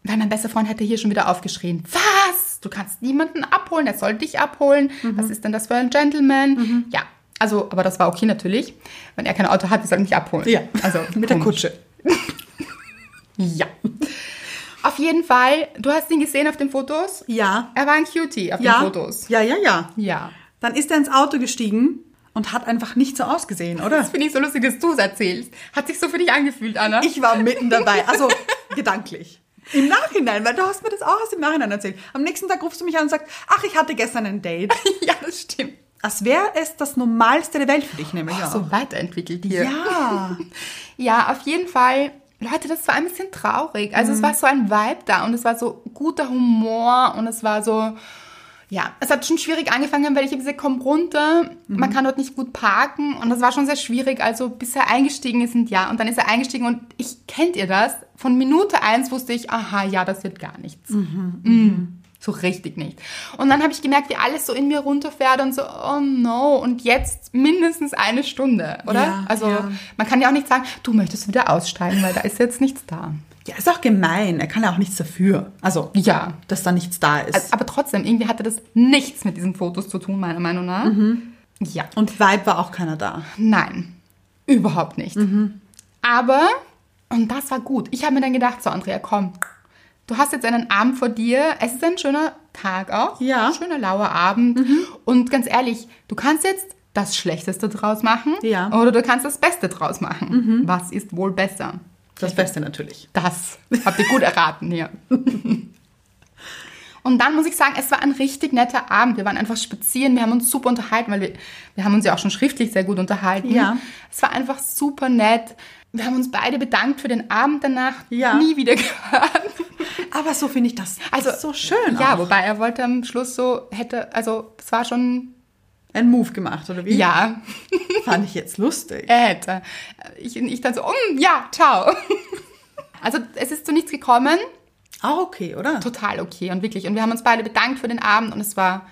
S1: Weil mein bester Freund hätte hier schon wieder aufgeschrien. Was? Du kannst niemanden abholen, er soll dich abholen.
S2: Mhm.
S1: Was ist denn das für ein Gentleman? Ja. Also, aber das war okay natürlich. Wenn er kein Auto hat, soll er mich abholen.
S2: Ja,
S1: Also
S2: *laughs* mit der
S1: komisch.
S2: Kutsche.
S1: Ja. Auf jeden Fall, du hast ihn gesehen auf den Fotos?
S2: Ja.
S1: Er war ein Cutie auf
S2: Ja.
S1: den Fotos.
S2: Ja, ja, ja.
S1: Ja.
S2: Dann ist er ins Auto gestiegen und hat einfach nicht so ausgesehen, oder?
S1: Das finde ich so lustig, dass du es erzählst. Hat sich so für dich angefühlt, Anna.
S2: Ich war mitten dabei, also gedanklich. Im Nachhinein, weil du hast mir das auch erst im Nachhinein erzählt. Am nächsten Tag rufst du mich an und sagst, ach, ich hatte gestern ein Date.
S1: *laughs* ja, das stimmt.
S2: Als wäre es das Normalste der Welt für dich, nämlich auch.
S1: So weiterentwickelt hier.
S2: Ja.
S1: Ja, auf jeden Fall. Leute, das war ein bisschen traurig. Also
S2: Mhm.
S1: es war so ein Vibe da und es war so guter Humor und es war so, ja, es hat schon schwierig angefangen, weil ich habe gesagt, komm runter,
S2: Mhm.
S1: man kann dort nicht gut parken und das war schon sehr schwierig. Also bis er eingestiegen ist und ja, und dann ist er eingestiegen und ich, kennt ihr das? Von Minute eins wusste ich, aha, ja, das wird gar nichts.
S2: Mhm,
S1: Mm, So richtig nicht. Und dann habe ich gemerkt, wie alles so in mir runterfährt und so, oh no, und jetzt mindestens eine Stunde, oder?
S2: Ja,
S1: also
S2: ja.
S1: man kann ja auch nicht sagen, du möchtest wieder aussteigen, weil da ist jetzt nichts
S2: *laughs*
S1: da.
S2: Ja, ist auch gemein. Er kann ja auch nichts dafür. Also,
S1: Ja. Also,
S2: dass da nichts da ist.
S1: Aber trotzdem, irgendwie hatte das nichts mit diesen Fotos zu tun, meiner Meinung nach.
S2: Mhm.
S1: Ja.
S2: und Vibe war auch keiner da.
S1: Nein, überhaupt nicht. Aber, und das war gut, ich habe mir dann gedacht, so Andrea, komm, du hast jetzt einen Abend vor dir, es ist ein schöner Tag auch,
S2: Ja.
S1: ein schöner lauer Abend. Und ganz ehrlich, du kannst jetzt das Schlechteste draus machen
S2: Ja.
S1: oder du kannst das Beste draus machen. Was ist wohl besser?
S2: Das Beste natürlich.
S1: Das habt ihr gut erraten hier. Und dann muss ich sagen, es war ein richtig netter Abend. Wir waren einfach spazieren, wir haben uns super unterhalten, weil wir, wir haben uns ja auch schon schriftlich sehr gut unterhalten.
S2: Ja.
S1: Es war einfach super nett. Wir haben uns beide bedankt für den Abend danach.
S2: Ja.
S1: Nie wieder gehört.
S2: Aber so finde ich das
S1: Also-
S2: also, so schön.
S1: Ja,
S2: auch.
S1: wobei er wollte am Schluss so, hätte, also es war schon,
S2: Ein Move gemacht, oder wie?
S1: ja,
S2: Fand ich jetzt lustig.
S1: er hätte. Ich, ich dann so, um, ja, ciao. *laughs* Also es ist zu nichts gekommen.
S2: Auch Ah, okay, oder?
S1: total okay und wirklich. Und wir haben uns beide bedankt für den Abend und es war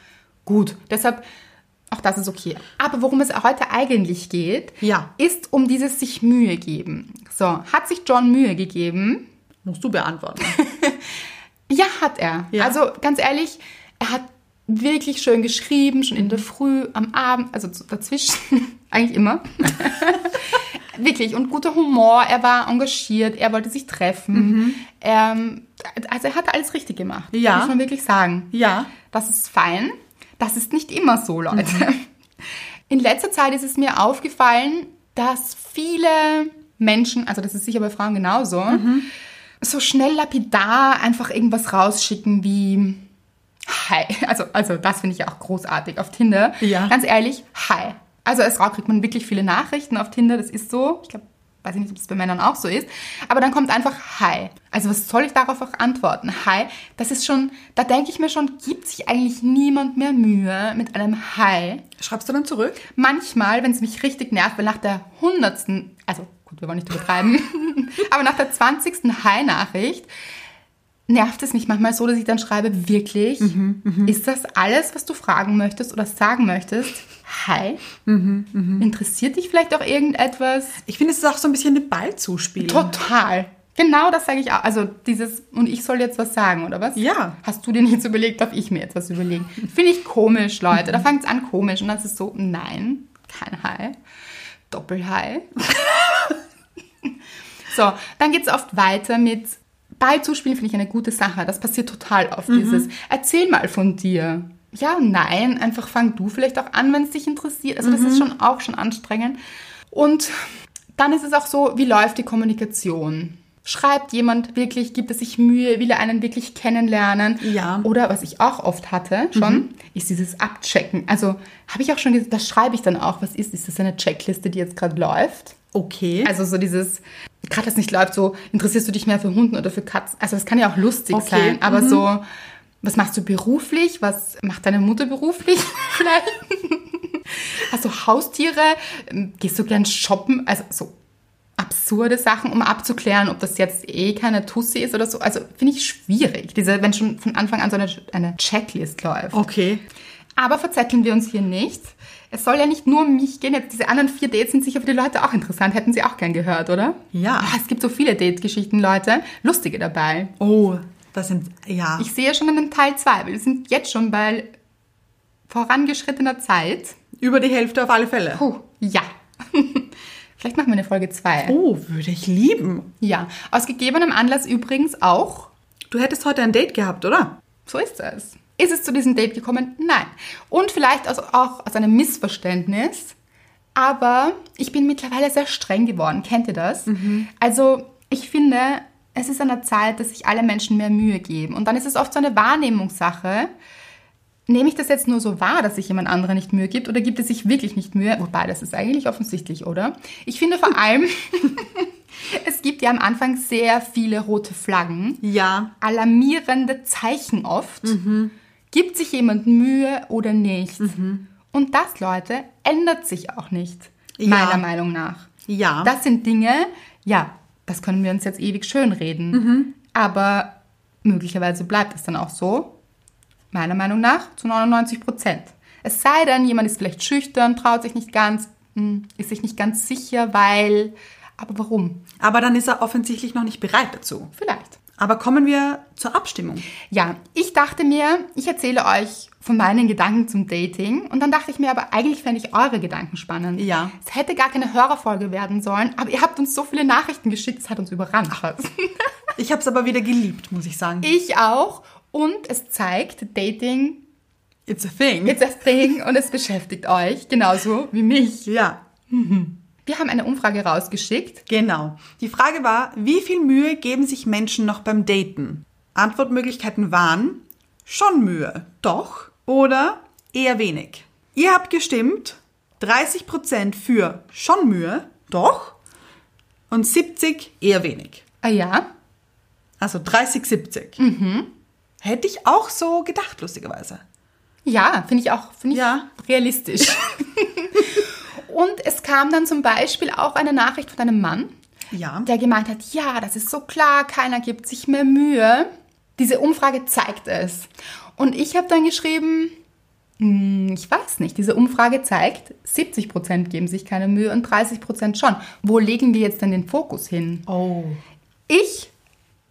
S1: gut. Deshalb, auch das ist okay. Aber worum es heute eigentlich geht,
S2: Ja.
S1: ist um dieses sich Mühe geben. So, hat sich John Mühe gegeben?
S2: Musst du beantworten.
S1: Ja, hat er.
S2: Ja.
S1: Also ganz ehrlich, er hat wirklich schön geschrieben, schon in der Früh, am Abend, also z- dazwischen, *laughs* eigentlich
S2: *laughs*
S1: immer. wirklich, und guter Humor, er war engagiert, er wollte sich treffen. Ähm, also er hat alles richtig gemacht,
S2: Mhm. Ja.
S1: muss man wirklich sagen.
S2: *laughs* Ja.
S1: Das ist fein. Das ist nicht immer so, Leute. In letzter Zeit ist es mir aufgefallen, dass viele Menschen, also das ist sicher bei Frauen genauso, so schnell lapidar einfach irgendwas rausschicken wie Hi. Also, also das finde ich ja auch großartig auf Tinder.
S2: Ja.
S1: Ganz ehrlich, Hi. Also als Frau kriegt man wirklich viele Nachrichten auf Tinder, das ist so. Ich glaube, weiß ich nicht, ob das bei Männern auch so ist. Aber dann kommt einfach Hi. Also was soll ich darauf auch antworten? Hi, das ist schon, da denke ich mir schon, gibt sich eigentlich niemand mehr Mühe mit einem Hi.
S2: Schreibst du dann zurück?
S1: Manchmal, wenn es mich richtig nervt, weil nach der hundertsten, also gut, wir wollen nicht übertreiben, *laughs* aber nach der zwanzigsten High-Nachricht nervt es mich manchmal so, dass ich dann schreibe, wirklich, ist das alles, was du fragen möchtest oder sagen möchtest? Hi. Interessiert dich vielleicht auch irgendetwas?
S2: Ich finde, es ist auch so ein bisschen eine Ballzuspielung.
S1: Total. Genau das sage ich auch. Also dieses, und ich soll jetzt was sagen, oder was?
S2: Ja.
S1: Hast du dir nicht jetzt überlegt, darf ich mir jetzt was überlegen? Finde ich komisch, Leute. Da fängt es an komisch. Und das ist so, nein, kein Hai. Doppelhai. so, dann geht es oft weiter mit Ballzuspielen finde ich eine gute Sache. Das passiert total oft, dieses Erzähl mal von dir. Ja, nein, einfach fang du vielleicht auch an, wenn es dich interessiert. Also das ist schon auch schon anstrengend. Und dann ist es auch so, wie läuft die Kommunikation? Schreibt jemand wirklich, gibt es sich Mühe, will er einen wirklich kennenlernen?
S2: Ja.
S1: Oder was ich auch oft hatte schon, ist dieses Abchecken. Also habe ich auch schon gesagt, das schreibe ich dann auch. Was ist, ist das eine Checkliste, die jetzt gerade läuft?
S2: Okay.
S1: Also so dieses, gerade das nicht läuft, so interessierst du dich mehr für Hunden oder für Katzen? Also das kann ja auch lustig
S2: Okay,
S1: sein, aber so, was machst du beruflich? Was macht deine Mutter beruflich *laughs* vielleicht? Hast du Haustiere? Ähm, Gehst du gern shoppen? Also so absurde Sachen, um abzuklären, ob das jetzt eh keine Tussi ist oder so. Also finde ich schwierig, diese, wenn schon von Anfang an so eine, eine Checklist läuft.
S2: okay.
S1: Aber verzetteln wir uns hier nicht. Es soll ja nicht nur um mich gehen. Jetzt diese anderen vier Dates sind sicher für die Leute auch interessant. Hätten sie auch gern gehört, oder?
S2: Ja.
S1: Ah, es gibt so viele Date-Geschichten, Leute. Lustige dabei.
S2: Oh, das sind, ja.
S1: Ich sehe schon einen Teil 2. Wir sind jetzt schon bei vorangeschrittener Zeit.
S2: über die Hälfte auf alle Fälle.
S1: Puh, ja. *laughs* Vielleicht machen wir eine Folge 2.
S2: Oh, würde ich lieben.
S1: Ja. Aus gegebenem Anlass übrigens auch.
S2: Du hättest heute ein Date gehabt, oder?
S1: So ist es. Ist es zu diesem Date gekommen? Nein. Und vielleicht aus, auch aus einem Missverständnis. Aber ich bin mittlerweile sehr streng geworden. Kennt ihr das? Also ich finde, es ist an der Zeit, dass sich alle Menschen mehr Mühe geben. Und dann ist es oft so eine Wahrnehmungssache. Nehme ich das jetzt nur so wahr, dass sich jemand anderer nicht Mühe gibt oder gibt es sich wirklich nicht Mühe? Wobei, das ist eigentlich offensichtlich, oder? Ich finde vor allem, *laughs* es gibt ja am Anfang sehr viele rote Flaggen,
S2: Ja.
S1: alarmierende Zeichen oft. Gibt sich jemand Mühe oder nicht? Und das, Leute, ändert sich auch nicht,
S2: Ja.
S1: meiner Meinung nach.
S2: Ja.
S1: Das sind Dinge, ja, das können wir uns jetzt ewig schönreden. Aber möglicherweise bleibt es dann auch so, meiner Meinung nach, zu 99 Prozent. Es sei denn, jemand ist vielleicht schüchtern, traut sich nicht ganz, hm, ist sich nicht ganz sicher, weil. Aber warum?
S2: Aber dann ist er offensichtlich noch nicht bereit dazu.
S1: Vielleicht.
S2: Aber kommen wir zur Abstimmung.
S1: Ja, ich dachte mir, ich erzähle euch von meinen Gedanken zum Dating und dann dachte ich mir aber, eigentlich fände ich eure Gedanken spannend.
S2: Ja.
S1: Es hätte gar keine Hörerfolge werden sollen, aber ihr habt uns so viele Nachrichten geschickt, es hat uns überrannt.
S2: Ich habe es aber wieder geliebt, muss ich sagen.
S1: *laughs* Ich auch. Und es zeigt, Dating
S2: It's a thing.
S1: ist das Ding und es beschäftigt euch genauso wie mich.
S2: ja,
S1: Wir haben eine Umfrage rausgeschickt.
S2: genau. Die Frage war, wie viel Mühe geben sich Menschen noch beim Daten? Antwortmöglichkeiten waren schon Mühe, doch oder eher wenig. Ihr habt gestimmt 30% für schon Mühe, doch und 70 eher wenig.
S1: Ah ja,
S2: Also 30, 70. Hätte ich auch so gedacht, lustigerweise.
S1: ja, finde ich auch finde ich
S2: Ja. *laughs*
S1: realistisch. und es kam dann zum Beispiel auch eine Nachricht von einem Mann,
S2: Ja.
S1: der gemeint hat, ja, das ist so klar, keiner gibt sich mehr Mühe. Diese Umfrage zeigt es. Und ich habe dann geschrieben, hm, ich weiß nicht, diese Umfrage zeigt, 70% geben sich keine Mühe und 30% schon. Wo legen wir jetzt denn den Fokus hin?
S2: Oh.
S1: Ich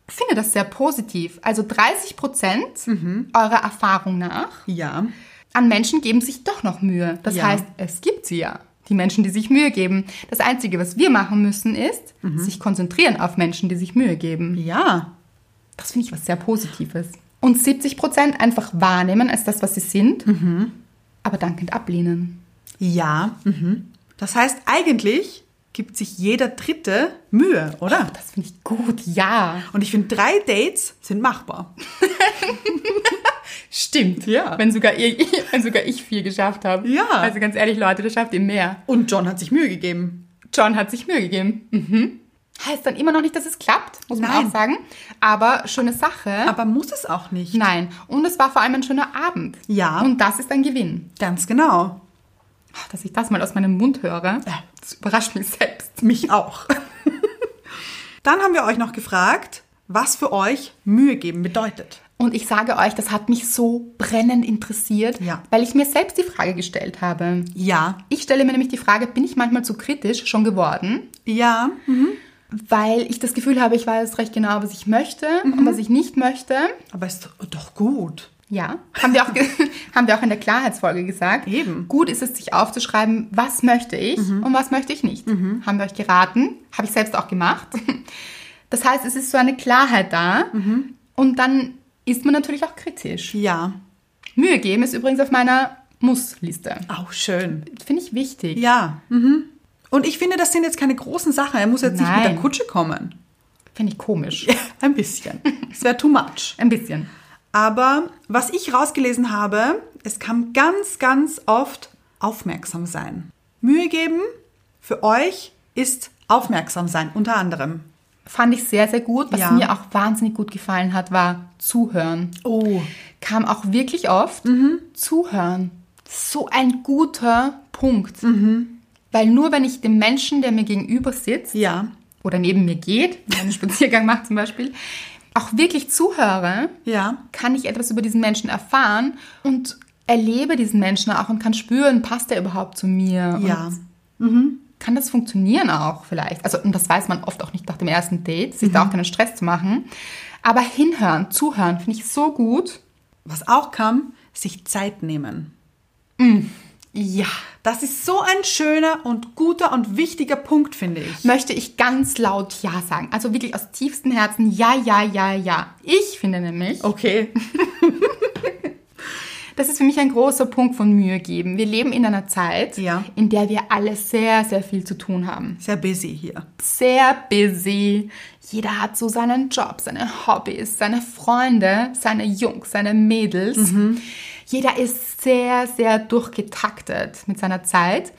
S1: finde das sehr positiv. Also 30% eurer Erfahrung nach
S2: Ja.
S1: an Menschen geben sich doch noch Mühe. Das
S2: Ja.
S1: heißt, es gibt sie ja. Die Menschen, die sich Mühe geben. Das Einzige, was wir machen müssen, ist,
S2: Mhm.
S1: sich konzentrieren auf Menschen, die sich Mühe geben.
S2: Ja.
S1: Das finde ich was sehr Positives. Und 70 Prozent einfach wahrnehmen als das, was sie sind,
S2: Mhm.
S1: aber dankend ablehnen.
S2: Ja. Mhm. Das heißt, eigentlich gibt sich jeder Dritte Mühe, oder?
S1: Das finde ich gut, ja.
S2: Und ich finde, drei Dates sind machbar.
S1: Stimmt,
S2: Ja.
S1: Wenn sogar, ihr, *laughs* wenn sogar ich viel geschafft habe.
S2: Ja.
S1: Also ganz ehrlich, Leute, das schafft ihr mehr.
S2: Und John hat sich Mühe gegeben.
S1: John hat sich Mühe gegeben. Mhm. Heißt dann immer noch nicht, dass es klappt, muss man
S2: Nein.
S1: auch sagen. Aber schöne Sache.
S2: Aber muss es auch nicht.
S1: Nein, und es war vor allem ein schöner Abend.
S2: Ja.
S1: Und das ist ein Gewinn.
S2: Ganz genau.
S1: Ach, Dass ich das mal aus meinem Mund höre, das überrascht mich selbst.
S2: Mich auch. *laughs* Dann haben wir euch noch gefragt, was für euch Mühe geben bedeutet.
S1: Und ich sage euch, das hat mich so brennend interessiert,
S2: Ja.
S1: weil ich mir selbst die Frage gestellt habe.
S2: Ja.
S1: Ich stelle mir nämlich die Frage, bin ich manchmal zu kritisch schon geworden?
S2: Ja. Mhm.
S1: Weil ich das Gefühl habe, ich weiß recht genau, was ich möchte und
S2: Mhm.
S1: was ich nicht möchte.
S2: Aber ist doch gut.
S1: Ja, haben wir, auch ge- *laughs* haben wir auch in der Klarheitsfolge gesagt.
S2: Eben. Mhm.
S1: Gut ist es, sich aufzuschreiben, was möchte ich und was möchte ich nicht. Haben wir euch geraten, habe ich selbst auch gemacht. *laughs* Das heißt, es ist so eine Klarheit da
S2: Mhm.
S1: und dann ist man natürlich auch kritisch.
S2: Ja.
S1: Mühe geben ist übrigens auf meiner Muss-Liste.
S2: Auch schön.
S1: Finde ich wichtig.
S2: Ja. Mhm. Und ich finde, das sind jetzt keine großen Sachen. Er muss jetzt nicht mit
S1: Nein.
S2: der Kutsche kommen. *laughs*
S1: Finde ich komisch.
S2: Ein bisschen. Es wäre too much.
S1: Ein bisschen.
S2: Aber was ich rausgelesen habe, es kam ganz, ganz oft aufmerksam sein. Mühe geben für euch ist aufmerksam sein, unter anderem.
S1: Fand ich sehr, sehr gut. Was
S2: Ja.
S1: mir auch wahnsinnig gut gefallen hat, war zuhören.
S2: Oh.
S1: kam auch wirklich oft zuhören. So ein guter Punkt. Weil nur wenn ich dem Menschen, der mir gegenüber sitzt
S2: Ja.
S1: oder neben mir geht, wenn ich einen Spaziergang mache zum Beispiel, auch wirklich zuhöre,
S2: Ja.
S1: kann ich etwas über diesen Menschen erfahren und erlebe diesen Menschen auch und kann spüren, passt er überhaupt zu mir?
S2: Ja.
S1: Und kann das funktionieren auch vielleicht? Also, und das weiß man oft auch nicht nach dem ersten Date, sich da auch keinen Stress zu machen. Aber hinhören, zuhören, finde ich so gut.
S2: Was auch kam, sich Zeit nehmen. Mm.
S1: Ja.
S2: Das ist so ein schöner und guter und wichtiger Punkt, finde ich.
S1: möchte ich ganz laut Ja sagen. Also wirklich aus tiefstem
S2: Oh.
S1: Herzen Ja, ja, ja, ja. Ich finde nämlich,
S2: Okay.
S1: das ist für mich ein großer Punkt von Mühe geben. Wir leben in einer Zeit,
S2: Ja.
S1: in der wir alle sehr, sehr viel zu tun haben.
S2: Sehr busy hier.
S1: Sehr busy. Jeder hat so seinen Job, seine Hobbys, seine Freunde, seine Jungs, seine Mädels. Jeder ist sehr, sehr durchgetaktet mit seiner Zeit.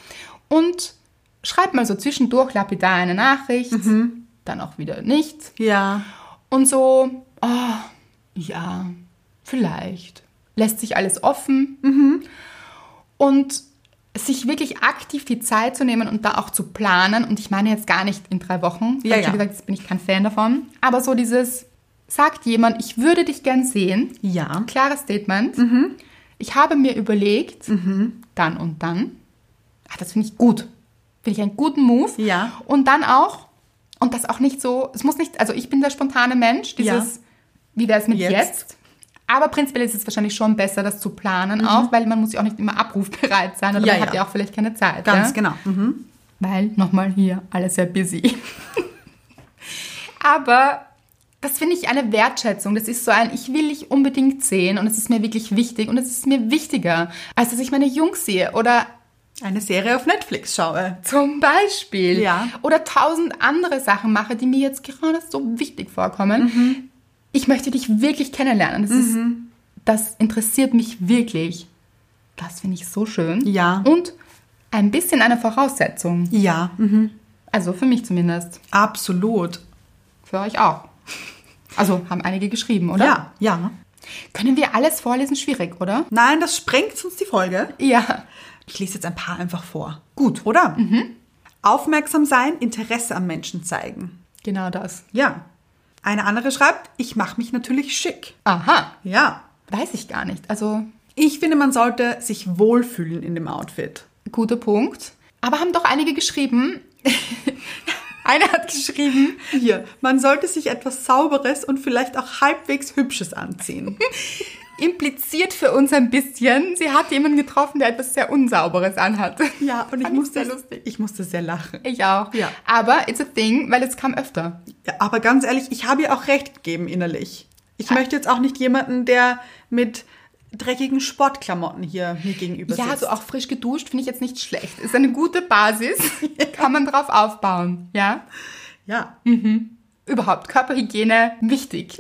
S1: Und schreibt mal so zwischendurch lapidar eine Nachricht, dann auch wieder nicht.
S2: Ja.
S1: Und so, oh, ja, vielleicht. Lässt sich alles offen.
S2: Mhm.
S1: Und sich wirklich aktiv die Zeit zu nehmen und da auch zu planen. Und ich meine jetzt gar nicht in drei Wochen. Ich
S2: Ja,
S1: habe schon
S2: ja.
S1: gesagt, jetzt bin ich kein Fan davon. Aber so dieses, sagt jemand, ich würde dich gern sehen.
S2: Ja.
S1: Klares Statement.
S2: Mhm.
S1: Ich habe mir überlegt, dann und dann. Ach, das finde ich gut. Finde ich einen guten Move.
S2: Ja.
S1: Und dann auch, und das auch nicht so, es muss nicht, also ich bin der spontane Mensch, dieses, wie wäre es mit
S2: Jetzt.
S1: jetzt? Aber prinzipiell ist es wahrscheinlich schon besser, das zu planen auch, weil man muss ja auch nicht immer abrufbereit sein oder
S2: Mhm. Ja,
S1: man
S2: ja.
S1: hat ja auch vielleicht keine Zeit.
S2: Ganz
S1: ja?
S2: genau. Mhm.
S1: Weil nochmal hier alles sehr busy. *laughs* Aber das finde ich eine Wertschätzung. Das ist so ein, ich will dich unbedingt sehen und es ist mir wirklich wichtig und es ist mir wichtiger, als dass ich meine Jungs sehe oder
S2: Eine Serie auf Netflix schaue.
S1: zum Beispiel
S2: Ja.
S1: oder tausend andere Sachen mache, die mir jetzt gerade so wichtig vorkommen.
S2: Mhm.
S1: Ich möchte dich wirklich kennenlernen. Das, ist, das interessiert mich wirklich. Das finde ich so schön.
S2: Ja.
S1: Und ein bisschen eine Voraussetzung.
S2: Ja. Mhm.
S1: Also für mich zumindest.
S2: Absolut.
S1: Für euch auch. Also haben einige geschrieben, oder?
S2: Ja. Ja.
S1: Können wir alles vorlesen? Schwierig, oder?
S2: Nein, das sprengt uns die Folge.
S1: Ja.
S2: Ich lese jetzt ein paar einfach vor. Gut, oder? Aufmerksam sein, Interesse am Menschen zeigen.
S1: Genau das.
S2: Ja. Eine andere schreibt, ich mache mich natürlich schick.
S1: Aha.
S2: Ja.
S1: Weiß ich gar nicht. Also
S2: Ich finde, man sollte sich wohlfühlen in dem Outfit.
S1: Guter Punkt. Aber haben doch einige geschrieben. *laughs* Einer hat geschrieben,
S2: Hier, man sollte sich etwas Sauberes und vielleicht auch halbwegs Hübsches anziehen.
S1: impliziert für uns ein bisschen, sie hat jemanden getroffen, der etwas sehr Unsauberes anhat.
S2: *laughs* Ja, und ich
S1: Fand
S2: musste,
S1: sehr lustig.
S2: ich musste sehr lachen.
S1: Ich auch.
S2: Ja.
S1: Aber it's a thing, weil es kam öfter.
S2: Ja, aber ganz ehrlich, ich habe ihr auch recht gegeben innerlich. Ich möchte jetzt auch nicht jemanden, der mit dreckigen Sportklamotten hier mir gegenüber
S1: Ja,
S2: sitzt.
S1: so auch frisch geduscht finde ich jetzt nicht schlecht. Ist eine gute *laughs* Basis, kann man drauf aufbauen. Ja.
S2: Ja,
S1: Überhaupt Körperhygiene wichtig,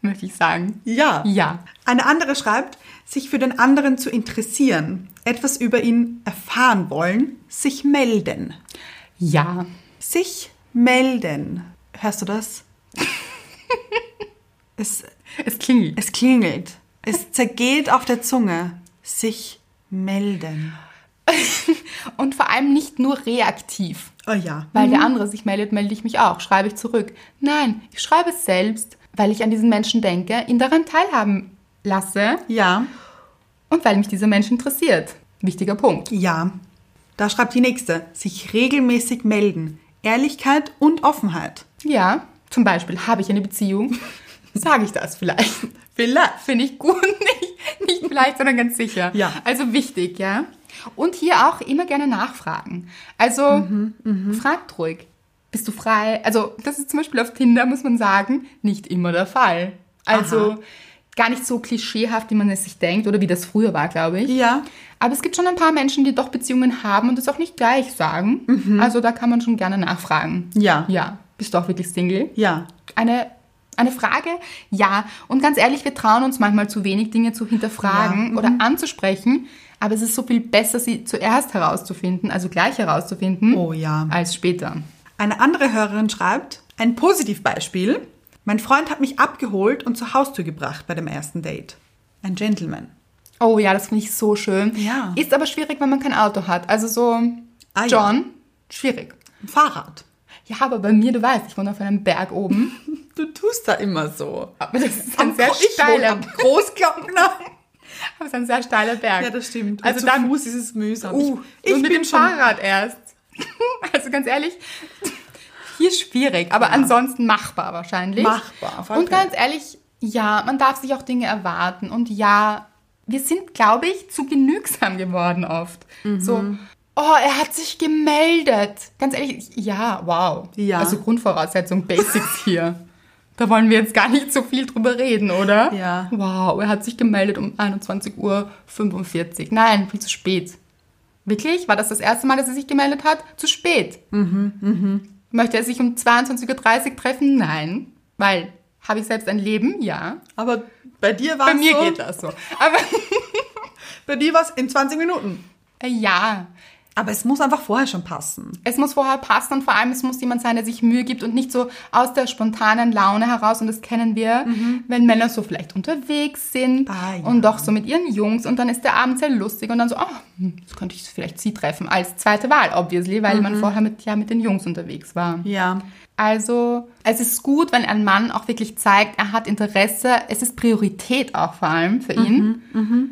S1: möchte ich sagen.
S2: ja.
S1: Ja.
S2: Eine andere schreibt, sich für den anderen zu interessieren, etwas über ihn erfahren wollen, sich melden.
S1: Ja.
S2: Sich melden. Hörst du *laughs* das? es,
S1: Es
S2: *laughs*
S1: klingelt.
S2: es klingelt. Es zergeht auf der Zunge. Sich melden.
S1: Und vor allem nicht nur reaktiv.
S2: Oh ja.
S1: Weil der andere sich meldet, melde ich mich auch, schreibe ich zurück. Nein, ich schreibe es selbst, weil ich an diesen Menschen denke, ihn daran teilhaben lasse
S2: Ja,
S1: und weil mich dieser Mensch interessiert. Wichtiger Punkt.
S2: ja. Da schreibt die nächste. Sich regelmäßig melden. Ehrlichkeit und Offenheit.
S1: Ja, zum Beispiel habe ich eine
S2: *laughs*
S1: Beziehung, sage ich das vielleicht.
S2: Vielleicht.
S1: Finde ich gut, *laughs* nicht, nicht vielleicht, sondern ganz sicher.
S2: Ja.
S1: Also wichtig, ja. Und hier auch immer gerne nachfragen. Also
S2: Mhm,
S1: fragt ruhig. Bist du frei? Also das ist zum Beispiel auf Tinder, muss man sagen, nicht immer der Fall. Also
S2: Aha.
S1: gar nicht so klischeehaft, wie man es sich denkt oder wie das früher war, glaube ich.
S2: Ja.
S1: Aber es gibt schon ein paar Menschen, die doch Beziehungen haben und das auch nicht gleich sagen. Also da kann man schon gerne nachfragen.
S2: Mhm. Ja.
S1: Ja. Bist du auch wirklich Single?
S2: Ja.
S1: Eine, eine Frage? Ja. Und ganz ehrlich, wir trauen uns manchmal zu wenig, Dinge zu hinterfragen oder
S2: Mhm.
S1: anzusprechen. Aber es ist so viel besser, sie zuerst herauszufinden, also gleich herauszufinden,
S2: Oh ja.
S1: als später.
S2: Eine andere Hörerin schreibt, ein Positivbeispiel. Mein Freund hat mich abgeholt und zur Haustür gebracht bei dem ersten Date. Ein Gentleman.
S1: Oh ja, das finde ich so schön.
S2: Ja.
S1: Ist aber schwierig, wenn man kein Auto hat. Also so,
S2: Ah ja.
S1: John, schwierig.
S2: Ein Fahrrad.
S1: Ja, aber bei mir, du weißt, ich wohne auf einem Berg oben.
S2: Du tust da immer so.
S1: Aber das ist
S2: Am
S1: ein sehr
S2: Gro- ich wohne
S1: steiler,
S2: am Großglockner.
S1: aber es ist ein sehr steiler Berg.
S2: Ja, das stimmt. Und
S1: Also
S2: zu
S1: dann,
S2: Fuß ist es mühsam.
S1: uh, ich bin dem Fahrrad erst. *laughs* also ganz ehrlich, hier schwierig, aber ansonsten machbar wahrscheinlich.
S2: Machbar, auf alle
S1: Und
S2: Fälle.
S1: ganz ehrlich, ja, man darf sich auch Dinge erwarten und ja, wir sind, glaube ich, zu genügsam geworden oft. So,
S2: Mhm.
S1: oh, er hat sich gemeldet. Ganz ehrlich, ich- ja, wow.
S2: Ja.
S1: Also Grundvoraussetzung, Basics hier. Da wollen wir jetzt gar nicht so viel drüber reden, oder?
S2: Ja.
S1: Wow, er hat sich gemeldet um 21.45 Uhr. Nein, viel zu spät. Wirklich? War das das erste Mal, dass er sich gemeldet hat? Zu spät. Möchte er sich um 22.30 Uhr treffen? Nein. Weil, habe ich selbst ein Leben? Ja.
S2: Aber bei dir war
S1: Bei
S2: es
S1: mir
S2: so,
S1: geht das so. Aber
S2: *laughs* bei dir war es in 20 Minuten.
S1: äh, ja,
S2: Aber es muss einfach vorher schon passen.
S1: Es muss vorher passen und vor allem es muss jemand sein, der sich Mühe gibt und nicht so aus der spontanen Laune heraus. Und das kennen wir, wenn Männer so vielleicht unterwegs sind
S2: Mhm. Ah, ja.
S1: und doch so mit ihren Jungs und dann ist der Abend sehr lustig und dann so, oh, hm, jetzt könnte ich vielleicht sie treffen als zweite Wahl, obviously, weil
S2: Mhm.
S1: man vorher mit, ja, mit den Jungs unterwegs war.
S2: Ja.
S1: Also es ist gut, wenn ein Mann auch wirklich zeigt, er hat Interesse, es ist Priorität auch vor allem für ihn,
S2: Mhm,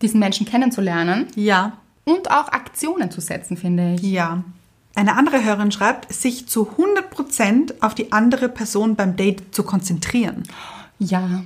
S1: diesen Menschen kennenzulernen
S2: Ja.
S1: und auch Aktionen zu setzen, finde ich.
S2: Ja. Eine andere Hörerin schreibt, sich zu 100% auf die andere Person beim Date zu konzentrieren.
S1: Ja.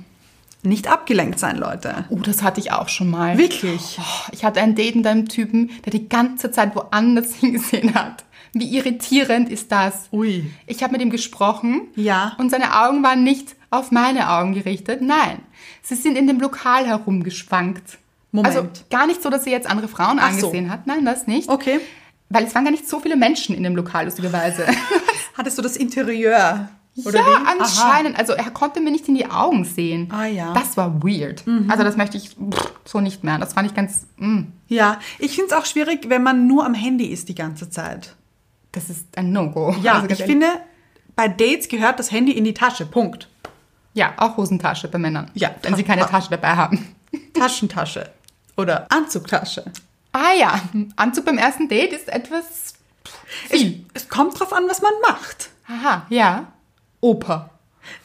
S2: Nicht abgelenkt sein, Leute.
S1: Oh, das hatte ich auch schon mal.
S2: Wirklich?
S1: Oh, ich hatte ein Date mit einem Typen, der die ganze Zeit woanders *laughs* hingesehen hat. Wie irritierend ist das?
S2: Ui.
S1: Ich habe mit ihm gesprochen.
S2: Ja.
S1: Und seine Augen waren nicht auf meine Augen gerichtet. Nein. Sie sind in dem Lokal herumgeschwankt.
S2: Moment.
S1: Also gar nicht so, dass sie jetzt andere Frauen
S2: Ach so.
S1: angesehen hat. Nein, das nicht.
S2: Okay.
S1: Weil es waren gar nicht so viele Menschen in dem Lokal,
S2: *laughs*
S1: lustigerweise.
S2: Hattest du das Interieur? Oder
S1: ja,
S2: wie? Aha.
S1: anscheinend. Also er konnte mir nicht in die Augen sehen.
S2: Ah, ja. Mhm.
S1: Das war weird. Also das möchte ich pff, so nicht mehr. Das fand ich ganz. mm.
S2: Ja, ich finde es auch schwierig, wenn man nur am Handy ist die ganze Zeit.
S1: Das ist ein No-Go.
S2: Ja,
S1: Also ganz
S2: ich
S1: ehrlich.
S2: finde, bei Dates gehört das Handy in die Tasche. Punkt.
S1: Ja, auch Hosentasche bei Männern.
S2: Ja. Ah.
S1: Wenn sie keine Tasche dabei haben.
S2: Taschentasche oder Anzugtasche.
S1: Ah ja, Anzug beim ersten Date ist etwas viel.
S2: Es kommt drauf an, was man macht.
S1: Aha, ja. Oper.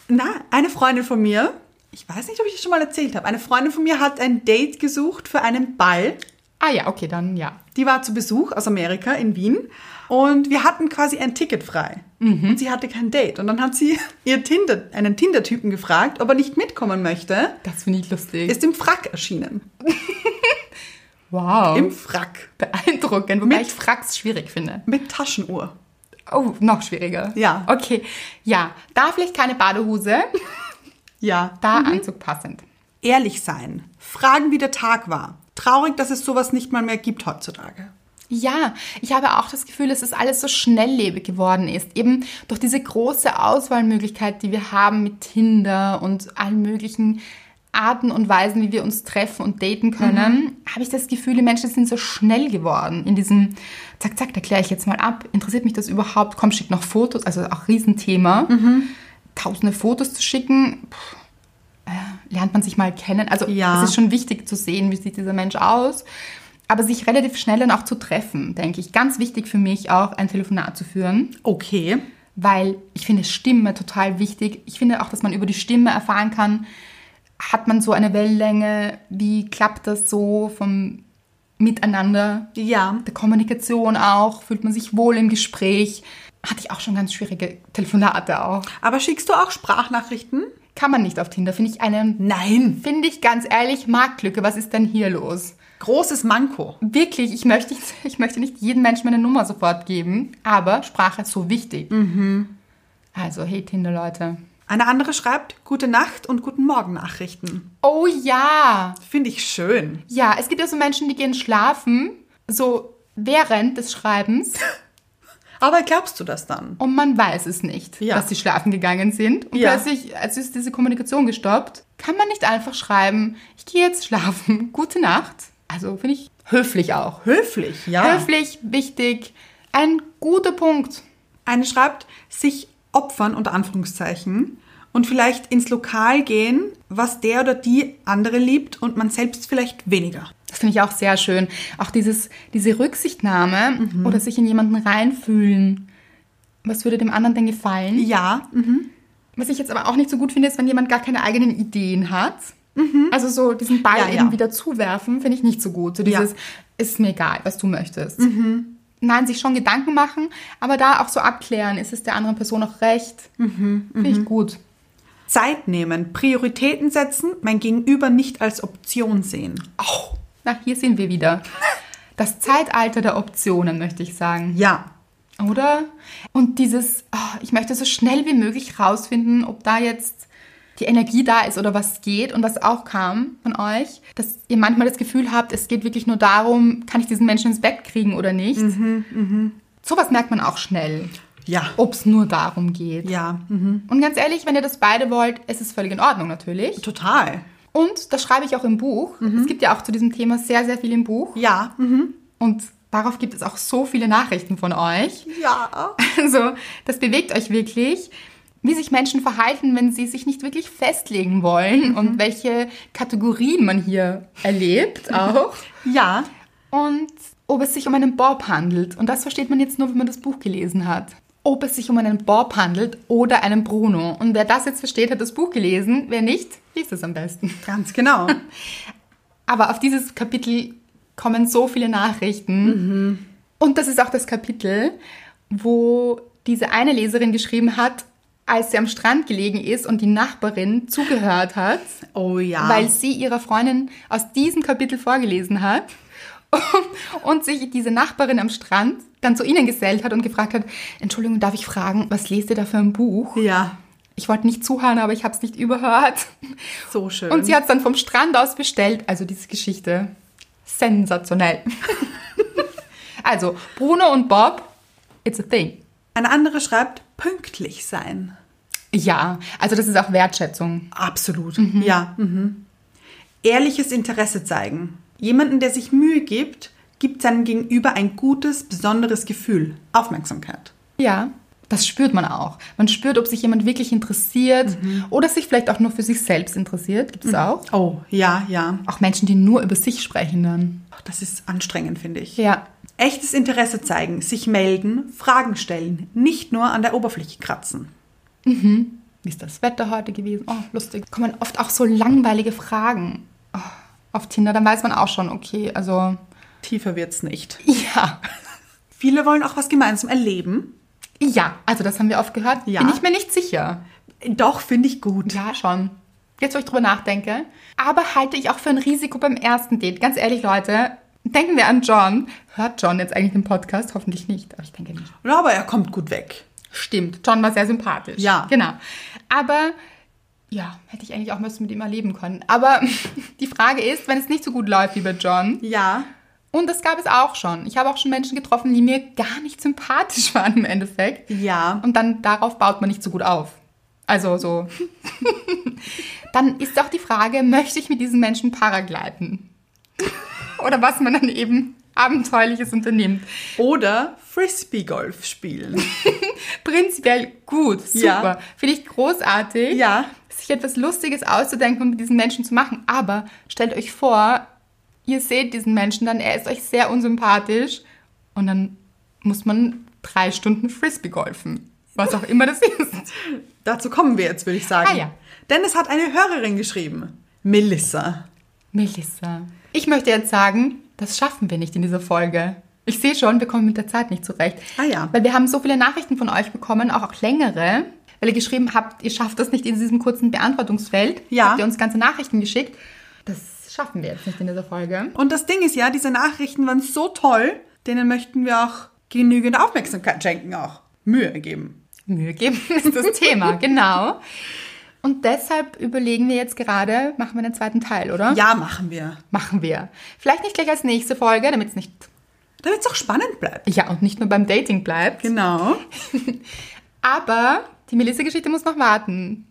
S2: Na, eine Freundin von mir, ich weiß nicht, ob ich das schon mal erzählt habe, eine Freundin von mir hat ein Date gesucht für einen Ball.
S1: Ah ja, okay, dann ja.
S2: Die war zu Besuch aus Amerika in Wien und wir hatten quasi ein Ticket frei. Und sie hatte kein Date. Und dann hat sie *laughs* ihr Tinder, einen Tinder-Typen gefragt, ob er nicht mitkommen möchte.
S1: Das finde ich lustig.
S2: Ist im Frack erschienen.
S1: wow. Oh.
S2: Im Frack.
S1: Beeindruckend, wobei
S2: Mit-
S1: ich Fracks schwierig finde.
S2: Mit Taschenuhr.
S1: Oh, noch schwieriger.
S2: Ja.
S1: Okay, ja. Da vielleicht keine Badehose,
S2: Ja.
S1: da Anzug passend.
S2: Ehrlich sein. Fragen, wie der Tag war. Traurig, dass es sowas nicht mal mehr gibt heutzutage.
S1: Ja, ich habe auch das Gefühl, dass es alles so schnelllebig geworden ist. Eben durch diese große Auswahlmöglichkeit, die wir haben mit Tinder und allen möglichen Arten und Weisen, wie wir uns treffen und daten können, habe ich das Gefühl, die Menschen sind so schnell geworden in diesem Zack, zack, da kläre ich jetzt mal ab. Interessiert mich das überhaupt? Komm, schick noch Fotos. Also auch Riesenthema. Tausende Fotos zu schicken, pff, äh, lernt man sich mal kennen. Also
S2: Ja.
S1: es ist schon wichtig zu sehen, wie sieht dieser Mensch aus. Aber sich relativ schnell dann auch zu treffen, denke ich. Ganz wichtig für mich auch, ein Telefonat zu führen,
S2: Okay.
S1: weil ich finde Stimme total wichtig. Ich finde auch, dass man über die Stimme erfahren kann, hat man so eine Wellenlänge, wie klappt das so vom Miteinander,
S2: Ja.
S1: der Kommunikation auch, fühlt man sich wohl im Gespräch. Hatte ich auch schon ganz schwierige Telefonate auch.
S2: Aber schickst du auch Sprachnachrichten?
S1: Kann man nicht auf Tinder, finde ich einen
S2: Nein.
S1: Finde ich ganz ehrlich, Marktlücke, was ist denn hier los?
S2: Großes Manko.
S1: Wirklich, ich möchte, ich möchte nicht *laughs* jedem Menschen meine Nummer sofort geben, aber Sprache ist so wichtig. Also, hey Tinder-Leute.
S2: Eine andere schreibt Gute Nacht und Guten Morgen Nachrichten.
S1: Oh ja!
S2: Finde ich schön.
S1: Ja, es gibt ja so Menschen, die gehen schlafen, so während des Schreibens,
S2: Aber glaubst du das dann?
S1: und man weiß es nicht,
S2: Ja.
S1: dass sie schlafen gegangen sind. Und
S2: Ja.
S1: plötzlich, als ist diese Kommunikation gestoppt, kann man nicht einfach schreiben, ich gehe jetzt schlafen, *laughs* gute Nacht. Also, finde ich höflich auch.
S2: Höflich, ja.
S1: Höflich, wichtig, ein guter Punkt.
S2: Eine schreibt sich opfern unter Anführungszeichen und vielleicht ins Lokal gehen, was der oder die andere liebt und man selbst vielleicht weniger.
S1: Das finde ich auch sehr schön. Auch dieses, diese Rücksichtnahme
S2: Mhm.
S1: oder sich in jemanden reinfühlen. Was würde dem anderen denn gefallen?
S2: Ja, mhm.
S1: Was ich jetzt aber auch nicht so gut finde, ist, wenn jemand gar keine eigenen Ideen hat. Also so diesen Ball
S2: Mhm. Ja,
S1: eben
S2: ja.
S1: wieder zuwerfen, finde ich nicht so gut. So dieses,
S2: Ja. Mhm.
S1: ist mir egal, was du möchtest. Nein, sich schon Gedanken machen, aber da auch so abklären, ist es der anderen Person auch recht?
S2: Mhm,
S1: Finde ich gut.
S2: Zeit nehmen, Prioritäten setzen, mein Gegenüber nicht als Option sehen.
S1: Au. Na, hier sind wir wieder. Das Zeitalter der Optionen, möchte ich sagen.
S2: Ja,
S1: Oder? Und dieses, ah, ich möchte so schnell wie möglich rausfinden, ob da jetzt die Energie da ist oder was geht und was auch kam von euch, dass ihr manchmal das Gefühl habt, es geht wirklich nur darum, kann ich diesen Menschen ins Bett kriegen oder nicht.
S2: Mhm,
S1: Sowas merkt man auch schnell,
S2: Ja.
S1: ob es nur darum geht.
S2: Ja, mhm.
S1: Und ganz ehrlich, wenn ihr das beide wollt, es ist völlig in Ordnung natürlich.
S2: total.
S1: Und das schreibe ich auch im Buch. Es gibt ja auch zu diesem Thema sehr, sehr viel im Buch.
S2: Mhm. Ja, mhm.
S1: Und darauf gibt es auch so viele Nachrichten von euch.
S2: ja.
S1: *laughs* Also, das bewegt euch wirklich, wie sich Menschen verhalten, wenn sie sich nicht wirklich festlegen wollen und welche Kategorien man hier erlebt auch.
S2: Ja,
S1: Und ob es sich um einen Bob handelt. Und das versteht man jetzt nur, wenn man das Buch gelesen hat. Ob es sich um einen Bob handelt oder einen Bruno. Und wer das jetzt versteht, hat das Buch gelesen. Wer nicht, liest es am besten.
S2: ganz genau.
S1: Aber auf dieses Kapitel kommen so viele Nachrichten. Und das ist auch das Kapitel, wo diese eine Leserin geschrieben hat, als sie am Strand gelegen ist und die Nachbarin zugehört hat,
S2: Oh ja.
S1: weil sie ihrer Freundin aus diesem Kapitel vorgelesen hat *laughs* und sich diese Nachbarin am Strand dann zu ihnen gesellt hat und gefragt hat, Entschuldigung, darf ich fragen, was lest ihr da für ein Buch?
S2: ja,
S1: Ich wollte nicht zuhören, aber ich habe es nicht überhört.
S2: so schön.
S1: Und sie hat es dann vom Strand aus bestellt. Also diese Geschichte. Sensationell. *laughs* also, Bruno und Bob, it's a thing.
S2: Eine andere schreibt, pünktlich sein.
S1: Ja, also das ist auch Wertschätzung.
S2: Absolut. Ja. Mhm. Ehrliches Interesse zeigen. Jemanden, der sich Mühe gibt, gibt seinem Gegenüber ein gutes, besonderes Gefühl. Aufmerksamkeit.
S1: Ja, das spürt man auch. Man spürt, ob sich jemand wirklich interessiert oder sich vielleicht auch nur für sich selbst interessiert. Gibt es auch.
S2: Oh, ja, ja.
S1: Auch Menschen, die nur über sich sprechen dann.
S2: Ach, Das ist anstrengend, finde ich.
S1: Ja,
S2: Echtes Interesse zeigen, sich melden, Fragen stellen, nicht nur an der Oberfläche kratzen.
S1: wie ist das Wetter heute gewesen? Oh, lustig. Kommen oft auch so langweilige Fragen oh, auf Tinder. Dann weiß man auch schon, okay, also *laughs*
S2: Tiefer wird's nicht.
S1: ja.
S2: Viele wollen auch was gemeinsam erleben.
S1: Ja, also das haben wir oft gehört.
S2: Ja.
S1: Bin ich mir nicht sicher.
S2: Doch, finde ich gut.
S1: Ja, schon. Jetzt, wo ich drüber nachdenke. Aber halte ich auch für ein Risiko beim ersten Date. Ganz ehrlich, Leute, denken wir an John. Hört John jetzt eigentlich den Podcast? Hoffentlich nicht, aber ich denke nicht.
S2: Ja, aber er kommt gut weg.
S1: Stimmt, John war sehr sympathisch.
S2: Ja.
S1: Genau. Aber, ja, hätte ich eigentlich auch was mit ihm erleben können. Aber *laughs* die Frage ist, wenn es nicht so gut läuft wie bei John,
S2: Ja.
S1: und das gab es auch schon. Ich habe auch schon Menschen getroffen, die mir gar nicht sympathisch *laughs* waren im Endeffekt.
S2: Ja.
S1: Und dann darauf baut man nicht so gut auf. Also
S2: *laughs*
S1: so. dann ist auch die Frage, möchte ich mit diesen Menschen paragliden? Oder was man dann eben abenteuerliches unternimmt.
S2: Oder Frisbee-Golf spielen.
S1: Prinzipiell gut, super.
S2: Ja.
S1: Finde ich großartig.
S2: Ja.
S1: Sich etwas Lustiges auszudenken und mit diesen Menschen zu machen. Aber stellt euch vor, ihr seht diesen Menschen dann, er ist euch sehr unsympathisch und dann muss man drei Stunden Frisbee golfen. Was auch
S2: *laughs*
S1: immer das ist.
S2: Dazu kommen wir jetzt, würde ich sagen.
S1: Ah, ja.
S2: Denn es hat eine Hörerin geschrieben. Melissa.
S1: Melissa, ich möchte jetzt sagen, das schaffen wir nicht in dieser Folge. Ich sehe schon, wir kommen mit der Zeit nicht zurecht.
S2: Ah ja.
S1: Weil wir haben so viele Nachrichten von euch bekommen, auch, auch längere, weil ihr geschrieben habt, ihr schafft das nicht in diesem kurzen Beantwortungsfeld.
S2: Ja.
S1: Habt ihr uns ganze Nachrichten geschickt. Das schaffen wir jetzt nicht in dieser Folge.
S2: Und das Ding ist ja, diese Nachrichten waren so toll, denen möchten wir auch genügend Aufmerksamkeit schenken, auch Mühe geben.
S1: Mühe geben *laughs* ist das Thema, genau. Und deshalb überlegen wir jetzt gerade, machen wir einen zweiten Teil, oder?
S2: Ja, machen wir.
S1: Machen wir. Vielleicht nicht gleich als nächste Folge, damit es nicht,
S2: Damit es auch spannend bleibt.
S1: ja, und nicht nur beim Dating bleibt.
S2: Genau.
S1: Aber die Melissa-Geschichte muss noch warten,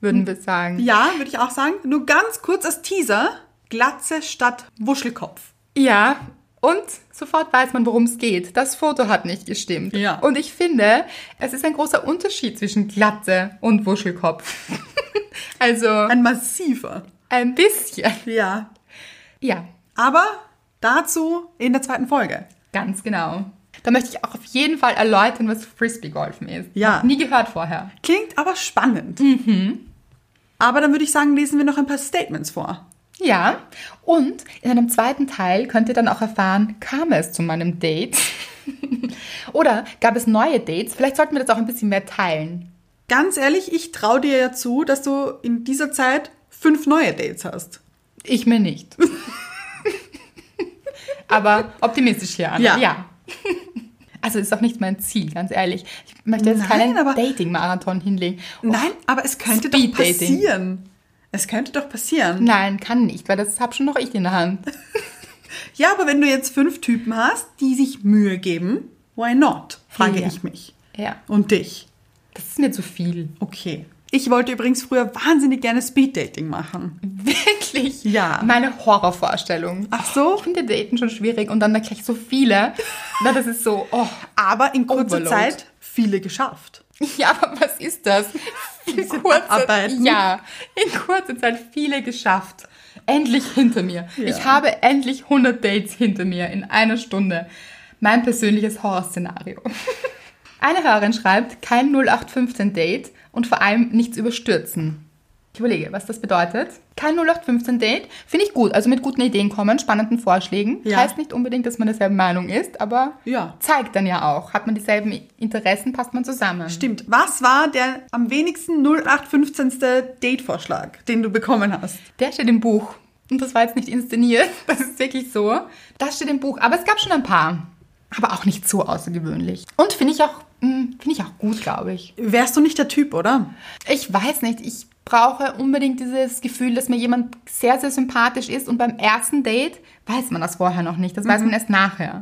S1: würden wir sagen.
S2: Ja, würde ich auch sagen. Nur ganz kurz als Teaser. Glatze statt Wuschelkopf.
S1: Ja, und sofort weiß man, worum es geht. Das Foto hat nicht gestimmt.
S2: Ja.
S1: Und ich finde, es ist ein großer Unterschied zwischen Glatze und Wuschelkopf. *laughs* also
S2: Ein massiver.
S1: ein bisschen.
S2: Ja.
S1: Ja,
S2: Aber dazu in der zweiten Folge.
S1: ganz genau. Da möchte ich auch auf jeden Fall erläutern, was Frisbee-Golfen ist.
S2: Ja.
S1: Noch nie gehört vorher.
S2: Klingt aber spannend.
S1: Mhm.
S2: Aber dann würde ich sagen, lesen wir noch ein paar Statements vor.
S1: Ja, und in einem zweiten Teil könnt ihr dann auch erfahren, kam es zu meinem
S2: *laughs*
S1: Date? Oder gab es neue Dates? Vielleicht sollten wir das auch ein bisschen mehr teilen.
S2: Ganz ehrlich, ich traue dir ja zu, dass du in dieser Zeit fünf neue Dates hast.
S1: Ich mir
S2: *laughs*
S1: nicht. Aber optimistisch hier an.
S2: Ja.
S1: Also ist auch nicht mein Ziel, ganz ehrlich. Ich möchte jetzt
S2: Nein,
S1: keinen
S2: aber-
S1: Dating-Marathon hinlegen. Oh,
S2: Nein, aber es könnte doch
S1: Speed-Dating.
S2: passieren. Es könnte doch passieren.
S1: Nein, kann nicht, weil das habe schon noch ich in der Hand.
S2: *laughs* Ja, aber wenn du jetzt fünf Typen hast, die sich Mühe geben, why not? Frage
S1: Ja.
S2: ich mich.
S1: Ja,
S2: Und dich.
S1: das ist mir zu viel.
S2: Okay. Ich wollte übrigens früher wahnsinnig gerne Speeddating machen.
S1: Wirklich?
S2: Ja.
S1: Meine Horrorvorstellung.
S2: Ach so?
S1: Ich finde Daten schon schwierig und dann da gleich so viele. Na, das ist so, oh.
S2: Aber in kurzer
S1: Overload.
S2: Zeit viele geschafft.
S1: *laughs* Ja, aber was ist das? In kurzer,
S2: abarbeiten.
S1: ja, in kurzer Zeit viele geschafft. Endlich hinter mir.
S2: Ja.
S1: Ich habe endlich 100 Dates hinter mir in einer Stunde. Mein persönliches Horrorszenario. *laughs* Eine Hörerin schreibt, kein 0815-Date und vor allem nichts überstürzen. Ich überlege, was das bedeutet. Kein 0815-Date finde ich gut. Also mit guten Ideen kommen, spannenden Vorschlägen.
S2: Ja.
S1: Heißt nicht unbedingt, dass man derselben Meinung ist, aber
S2: Ja.
S1: zeigt dann ja auch. Hat man dieselben Interessen, passt man zusammen.
S2: Stimmt. Was war der am wenigsten 0815. Date-Vorschlag, den du bekommen hast?
S1: Der steht im Buch. Und das war jetzt nicht inszeniert. *laughs* Das ist wirklich so. Das steht im Buch. Aber es gab schon ein paar. Aber auch nicht so außergewöhnlich. Und finde ich auch, mh, finde ich auch gut, glaube ich.
S2: Wärst du nicht der Typ, oder?
S1: Ich weiß nicht. Ich brauche unbedingt dieses Gefühl, dass mir jemand sehr, sehr sympathisch ist. Und beim ersten Date weiß man das vorher noch nicht. Das weiß man erst nachher.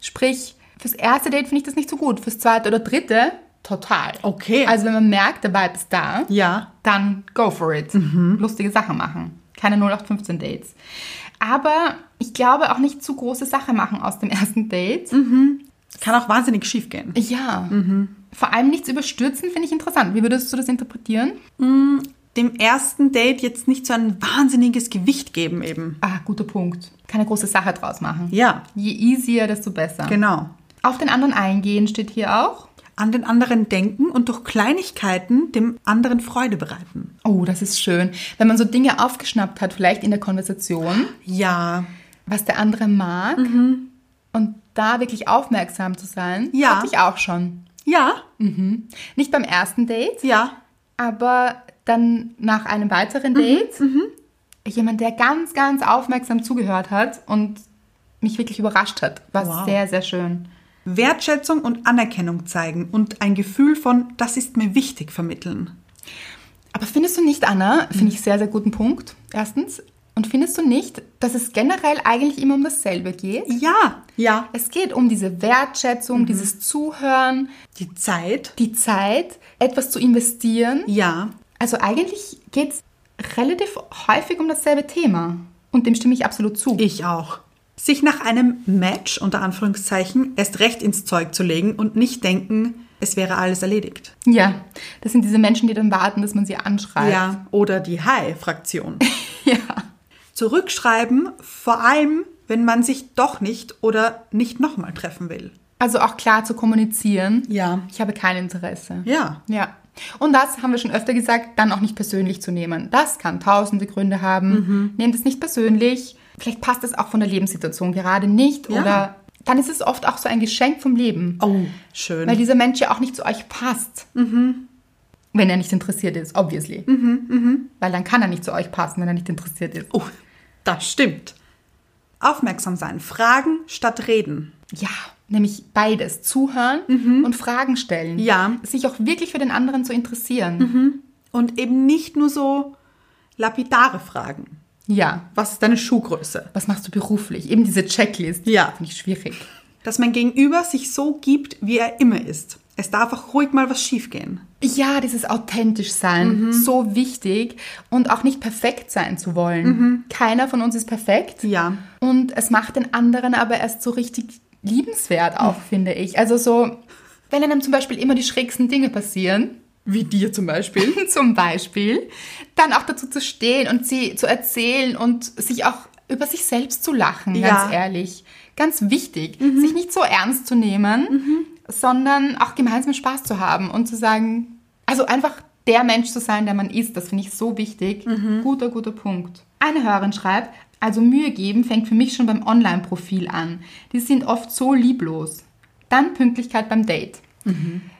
S1: Sprich, fürs erste Date finde ich das nicht so gut. Fürs zweite oder dritte total.
S2: Okay.
S1: Also wenn man merkt, der Vibe ist da.
S2: Ja.
S1: dann go for it.
S2: Mhm.
S1: Lustige Sachen machen. Keine 0815 Dates. Aber ich glaube auch nicht zu große Sache machen aus dem *laughs* ersten Date.
S2: Mhm. Kann auch wahnsinnig schief gehen.
S1: Ja.
S2: Mhm.
S1: Vor allem nichts überstürzen finde ich interessant. Wie würdest du das interpretieren?
S2: Dem ersten Date jetzt nicht so ein wahnsinniges Gewicht geben eben.
S1: Ah, guter Punkt. Keine große Sache draus machen.
S2: Ja,
S1: Je easier, desto besser.
S2: genau.
S1: Auf den anderen eingehen steht hier auch.
S2: An den anderen denken und durch Kleinigkeiten dem anderen Freude bereiten.
S1: Oh, das ist schön. Wenn man so Dinge aufgeschnappt hat, vielleicht in der Konversation,
S2: Ja.
S1: was der andere mag und da wirklich aufmerksam zu sein,
S2: Mhm. Ja.
S1: hatte ich auch schon.
S2: Ja.
S1: Nicht beim ersten Date,
S2: Ja.
S1: aber dann nach einem weiteren Date. Jemand, der ganz, ganz aufmerksam zugehört hat und mich wirklich überrascht hat. War
S2: Wow.
S1: sehr, sehr schön.
S2: Wertschätzung und Anerkennung zeigen und ein Gefühl von, das ist mir wichtig vermitteln.
S1: Aber findest du nicht, Anna, finde ich sehr, sehr guten Punkt, erstens. Und findest du nicht, dass es generell eigentlich immer um dasselbe geht?
S2: Ja. Ja.
S1: Es geht um diese Wertschätzung, dieses Zuhören,
S2: Die Zeit.
S1: die Zeit, etwas zu investieren.
S2: Ja.
S1: Also eigentlich geht es relativ häufig um dasselbe Thema. Und dem stimme ich absolut zu.
S2: Ich auch. Sich nach einem Match unter Anführungszeichen erst recht ins Zeug zu legen und nicht denken, es wäre alles erledigt.
S1: Ja, das sind diese Menschen, die dann warten, dass man sie anschreit.
S2: Ja. Oder die *laughs* Hi-Fraktion.
S1: ja.
S2: Zurückschreiben, vor allem, wenn man sich doch nicht oder nicht nochmal treffen will.
S1: Also auch klar zu kommunizieren.
S2: Ja.
S1: Ich habe kein Interesse.
S2: Ja.
S1: Ja. Und das haben wir schon öfter gesagt, dann auch nicht persönlich zu nehmen. Das kann tausende Gründe haben.
S2: Mhm.
S1: Nehmt es nicht persönlich. Vielleicht passt es auch von der Lebenssituation gerade nicht.
S2: Ja.
S1: Oder dann ist es oft auch so ein Geschenk vom Leben.
S2: Oh, schön.
S1: Weil dieser Mensch ja auch nicht zu euch passt.
S2: Mhm.
S1: Wenn er nicht interessiert ist, obviously.
S2: mhm.
S1: Weil dann kann er nicht zu euch passen, wenn er nicht interessiert ist.
S2: oh, das stimmt. Aufmerksam sein. Fragen statt reden.
S1: Ja, nämlich beides. Zuhören und Fragen stellen.
S2: Mhm. Ja. Mhm.
S1: Sich auch wirklich für den anderen zu interessieren.
S2: Und eben nicht nur so lapidare Fragen.
S1: Ja.
S2: Was ist deine Schuhgröße?
S1: Was machst du beruflich? Eben diese Checklist.
S2: Ja.
S1: Finde ich schwierig.
S2: Dass mein Gegenüber sich so gibt, wie er immer ist. Es darf auch ruhig mal was schiefgehen.
S1: Ja, dieses authentisch sein. So wichtig. Und auch nicht perfekt sein zu wollen. Keiner von uns ist perfekt.
S2: Ja.
S1: Und es macht den anderen aber erst so richtig liebenswert auch, finde ich. Also so, wenn einem zum Beispiel immer die schrägsten Dinge passieren, wie dir zum Beispiel, zum Beispiel, dann auch dazu zu stehen und sie zu erzählen und sich auch über sich selbst zu lachen,
S2: Ja.
S1: ganz ehrlich. Ganz wichtig, sich nicht so ernst zu nehmen, sondern auch gemeinsam Spaß zu haben und zu sagen, also einfach der Mensch zu sein, der man ist, das finde ich so wichtig. Guter, guter Punkt. Eine Hörerin schreibt, also Mühe geben fängt für mich schon beim Online-Profil an. Die sind oft so lieblos. Dann Pünktlichkeit beim Date.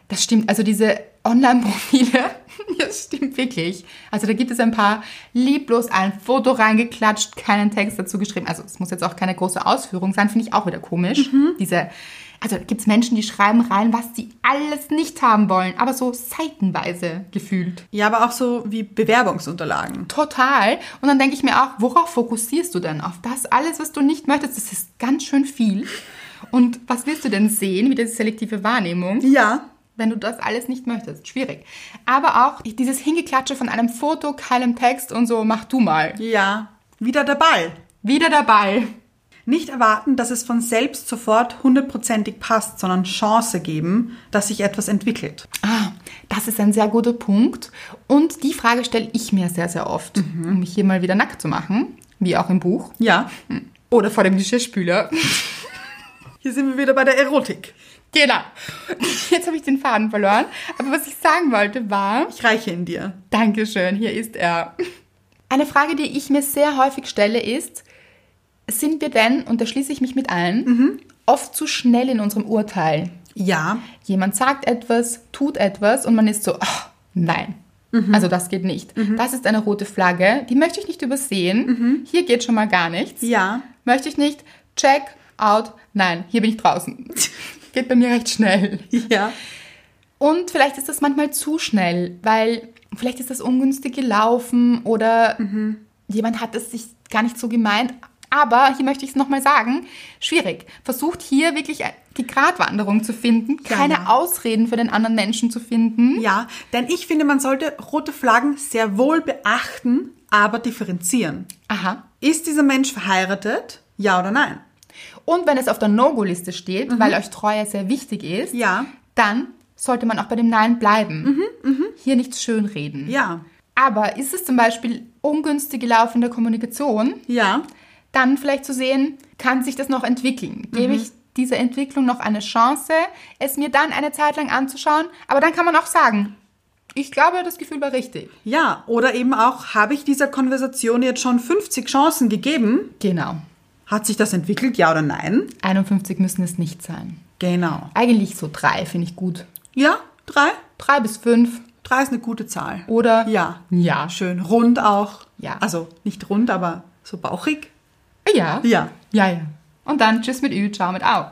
S1: Das stimmt, also diese Online-Profile, *laughs* das stimmt wirklich. Also da gibt es ein paar lieblos ein Foto reingeklatscht, keinen Text dazu geschrieben. Also es muss jetzt auch keine große Ausführung sein, finde ich auch wieder komisch. Diese Also gibt es Menschen, die schreiben rein, was sie alles nicht haben wollen, aber so seitenweise gefühlt.
S2: Ja, aber auch so wie Bewerbungsunterlagen.
S1: Total. Und dann denke ich mir auch, worauf fokussierst du denn? Auf das alles, was du nicht möchtest, das ist ganz schön viel. Und was willst du denn sehen, wie diese selektive Wahrnehmung?
S2: Ja.
S1: wenn du das alles nicht möchtest. Schwierig. Aber auch dieses Hingeklatsche von einem Foto, keinem Text und so, mach du mal.
S2: Ja. Wieder der Ball.
S1: Wieder der Ball.
S2: Nicht erwarten, dass es von selbst sofort hundertprozentig passt, sondern Chance geben, dass sich etwas entwickelt.
S1: Ah, das ist ein sehr guter Punkt. Und die Frage stelle ich mir sehr, sehr oft, um mich hier mal wieder nackt zu machen, wie auch im Buch.
S2: Ja.
S1: Oder vor dem Geschirrspüler. *laughs*
S2: Hier sind wir wieder bei der Erotik.
S1: genau. Jetzt habe ich den Faden verloren. Aber was ich sagen wollte war,
S2: Ich reiche in dir.
S1: Dankeschön, hier ist er. Eine Frage, die ich mir sehr häufig stelle, ist, sind wir denn, und da schließe ich mich mit ein, oft zu schnell in unserem Urteil?
S2: Ja.
S1: Jemand sagt etwas, tut etwas und man ist so, "Ach, nein. Also das geht nicht. Das ist eine rote Flagge, die möchte ich nicht übersehen. Hier geht schon mal gar nichts.
S2: Ja.
S1: Möchte ich nicht. Check, out, nein, hier bin ich draußen. *laughs* geht bei mir recht schnell.
S2: Ja.
S1: Und vielleicht ist das manchmal zu schnell, weil vielleicht ist das ungünstig gelaufen oder
S2: Mhm.
S1: jemand hat es sich gar nicht so gemeint. Aber hier möchte ich es nochmal sagen, schwierig. Versucht hier wirklich die Gratwanderung zu finden, keine
S2: Genau.
S1: Ausreden für den anderen Menschen zu finden.
S2: Ja. Denn ich finde, man sollte rote Flaggen sehr wohl beachten, aber differenzieren.
S1: Aha.
S2: Ist dieser Mensch verheiratet? Ja oder nein?
S1: Und wenn es auf der No-Go-Liste steht, weil euch Treue sehr wichtig ist,
S2: Mhm. Ja. Mhm,
S1: dann sollte man auch bei dem Nein bleiben. Hier nichts schönreden.
S2: Ja.
S1: Aber ist es zum Beispiel ungünstig gelaufene Kommunikation,
S2: Ja.
S1: dann vielleicht zu sehen, kann sich das noch entwickeln? Gebe ich dieser Entwicklung noch eine Chance, es mir dann eine Zeit lang anzuschauen? Aber dann kann man auch sagen, ich glaube, das Gefühl war richtig.
S2: Ja. Oder eben auch, habe ich dieser Konversation jetzt schon 50 Chancen gegeben?
S1: Genau.
S2: Hat sich das entwickelt? Ja oder nein?
S1: 51 müssen es nicht sein.
S2: Genau.
S1: Eigentlich so drei finde ich gut.
S2: Ja. Drei?
S1: Drei bis fünf
S2: Drei ist eine gute Zahl.
S1: oder?
S2: Ja.
S1: Ja.
S2: Schön rund auch.
S1: Ja.
S2: Also nicht rund, aber so bauchig.
S1: Ja.
S2: Ja.
S1: Ja, ja. Und dann tschüss mit Ü, ciao mit Au. *laughs*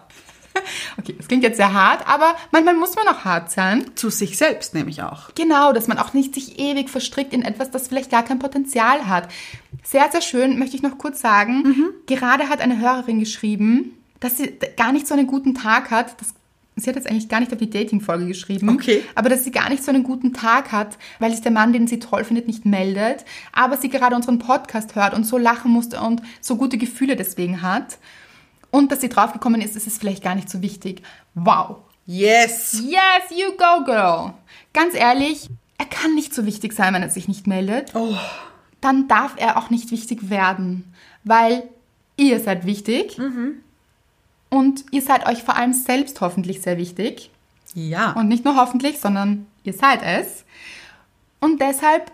S1: Okay, das klingt jetzt sehr hart, aber manchmal muss man auch hart sein.
S2: Zu sich selbst nämlich auch.
S1: Genau, dass man auch nicht sich ewig verstrickt in etwas, das vielleicht gar kein Potenzial hat. Sehr, sehr schön möchte ich noch kurz sagen. Gerade hat eine Hörerin geschrieben, dass sie d- gar nicht so einen guten Tag hat. Das, sie hat jetzt eigentlich gar nicht auf die Dating-Folge geschrieben.
S2: Okay.
S1: Aber dass sie gar nicht so einen guten Tag hat, weil sich der Mann, den sie toll findet, nicht meldet. Aber sie gerade unseren Podcast hört und so lachen musste und so gute Gefühle deswegen hat. Und dass sie draufgekommen ist, es ist vielleicht gar nicht so wichtig. Wow.
S2: Yes.
S1: Yes, you go, girl. Ganz ehrlich, er kann nicht so wichtig sein, wenn er sich nicht meldet. Dann darf er auch nicht wichtig werden, weil ihr seid wichtig und ihr seid euch vor allem selbst hoffentlich sehr wichtig.
S2: Ja.
S1: Und nicht nur hoffentlich, sondern ihr seid es. Und deshalb,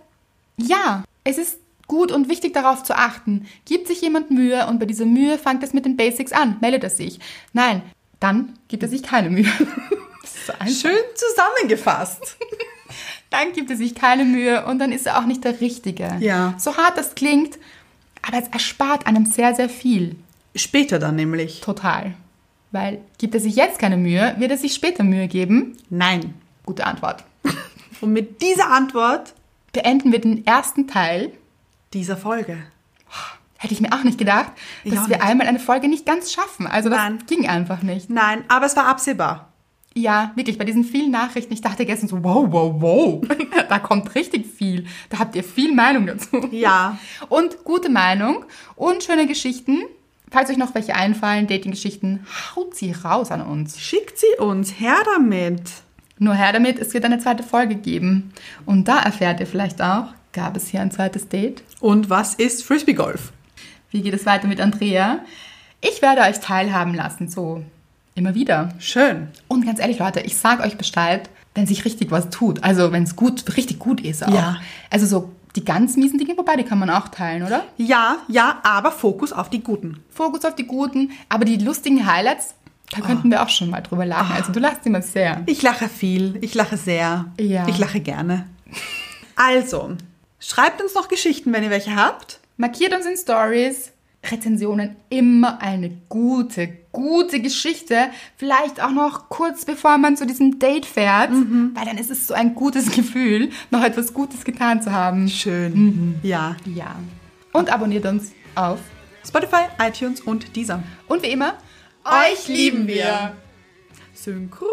S1: ja, es ist gut und wichtig darauf zu achten. Gibt sich jemand Mühe und bei dieser Mühe fängt es mit den Basics an, meldet er sich. Nein, dann gibt er sich keine Mühe. *laughs* Das ist so einfach.
S2: Schön zusammengefasst.
S1: Dann gibt er sich keine Mühe und dann ist er auch nicht der Richtige.
S2: Ja.
S1: So hart das klingt, aber es erspart einem sehr, sehr viel.
S2: Später dann nämlich.
S1: Total. Weil gibt er sich jetzt keine Mühe, wird er sich später Mühe geben?
S2: Nein.
S1: Gute Antwort.
S2: Und mit dieser Antwort
S1: Beenden wir den ersten Teil.
S2: dieser Folge.
S1: Hätte ich mir auch nicht gedacht,
S2: Ich
S1: dass
S2: auch
S1: wir
S2: nicht.
S1: einmal eine Folge nicht ganz schaffen. Also das
S2: Nein.
S1: ging einfach nicht.
S2: Nein, aber es war absehbar.
S1: Ja, wirklich, bei diesen vielen Nachrichten, ich dachte gestern so, wow, wow, wow, *laughs* da kommt richtig viel. Da habt ihr viel Meinung dazu.
S2: Ja.
S1: *laughs* Und gute Meinung und schöne Geschichten. Falls euch noch welche einfallen, Dating-Geschichten, haut sie raus an uns.
S2: Schickt sie uns. Her damit.
S1: Nur her damit, es wird eine zweite Folge geben. Und da erfährt ihr vielleicht auch, gab es hier ein zweites Date?
S2: Und was ist Frisbee Golf?
S1: Wie geht es weiter mit Andrea? Ich werde euch teilhaben lassen, so immer wieder.
S2: Schön.
S1: Und ganz ehrlich, Leute, ich sag euch Bescheid, wenn sich richtig was tut. Also wenn es gut, richtig gut ist auch.
S2: Ja.
S1: Also so die ganz miesen Dinge, wobei die kann man auch teilen, oder?
S2: Ja, ja, aber Fokus auf die Guten.
S1: Fokus auf die guten, aber die lustigen Highlights, da könnten wir auch schon mal drüber lachen. Also du lachst immer sehr.
S2: Ich lache viel. Ich lache sehr.
S1: Ja.
S2: Ich lache gerne. Also, schreibt uns noch Geschichten, wenn ihr welche habt.
S1: Markiert uns in Stories. Rezensionen immer eine gute, gute Geschichte. Vielleicht auch noch kurz bevor man zu diesem Date fährt, weil dann ist es so ein gutes *laughs* Gefühl, noch etwas Gutes getan zu haben.
S2: Schön. Mhm. Ja.
S1: Ja. Und abonniert uns auf.
S2: Spotify, iTunes und dieser.
S1: Und wie immer,
S2: Synchron.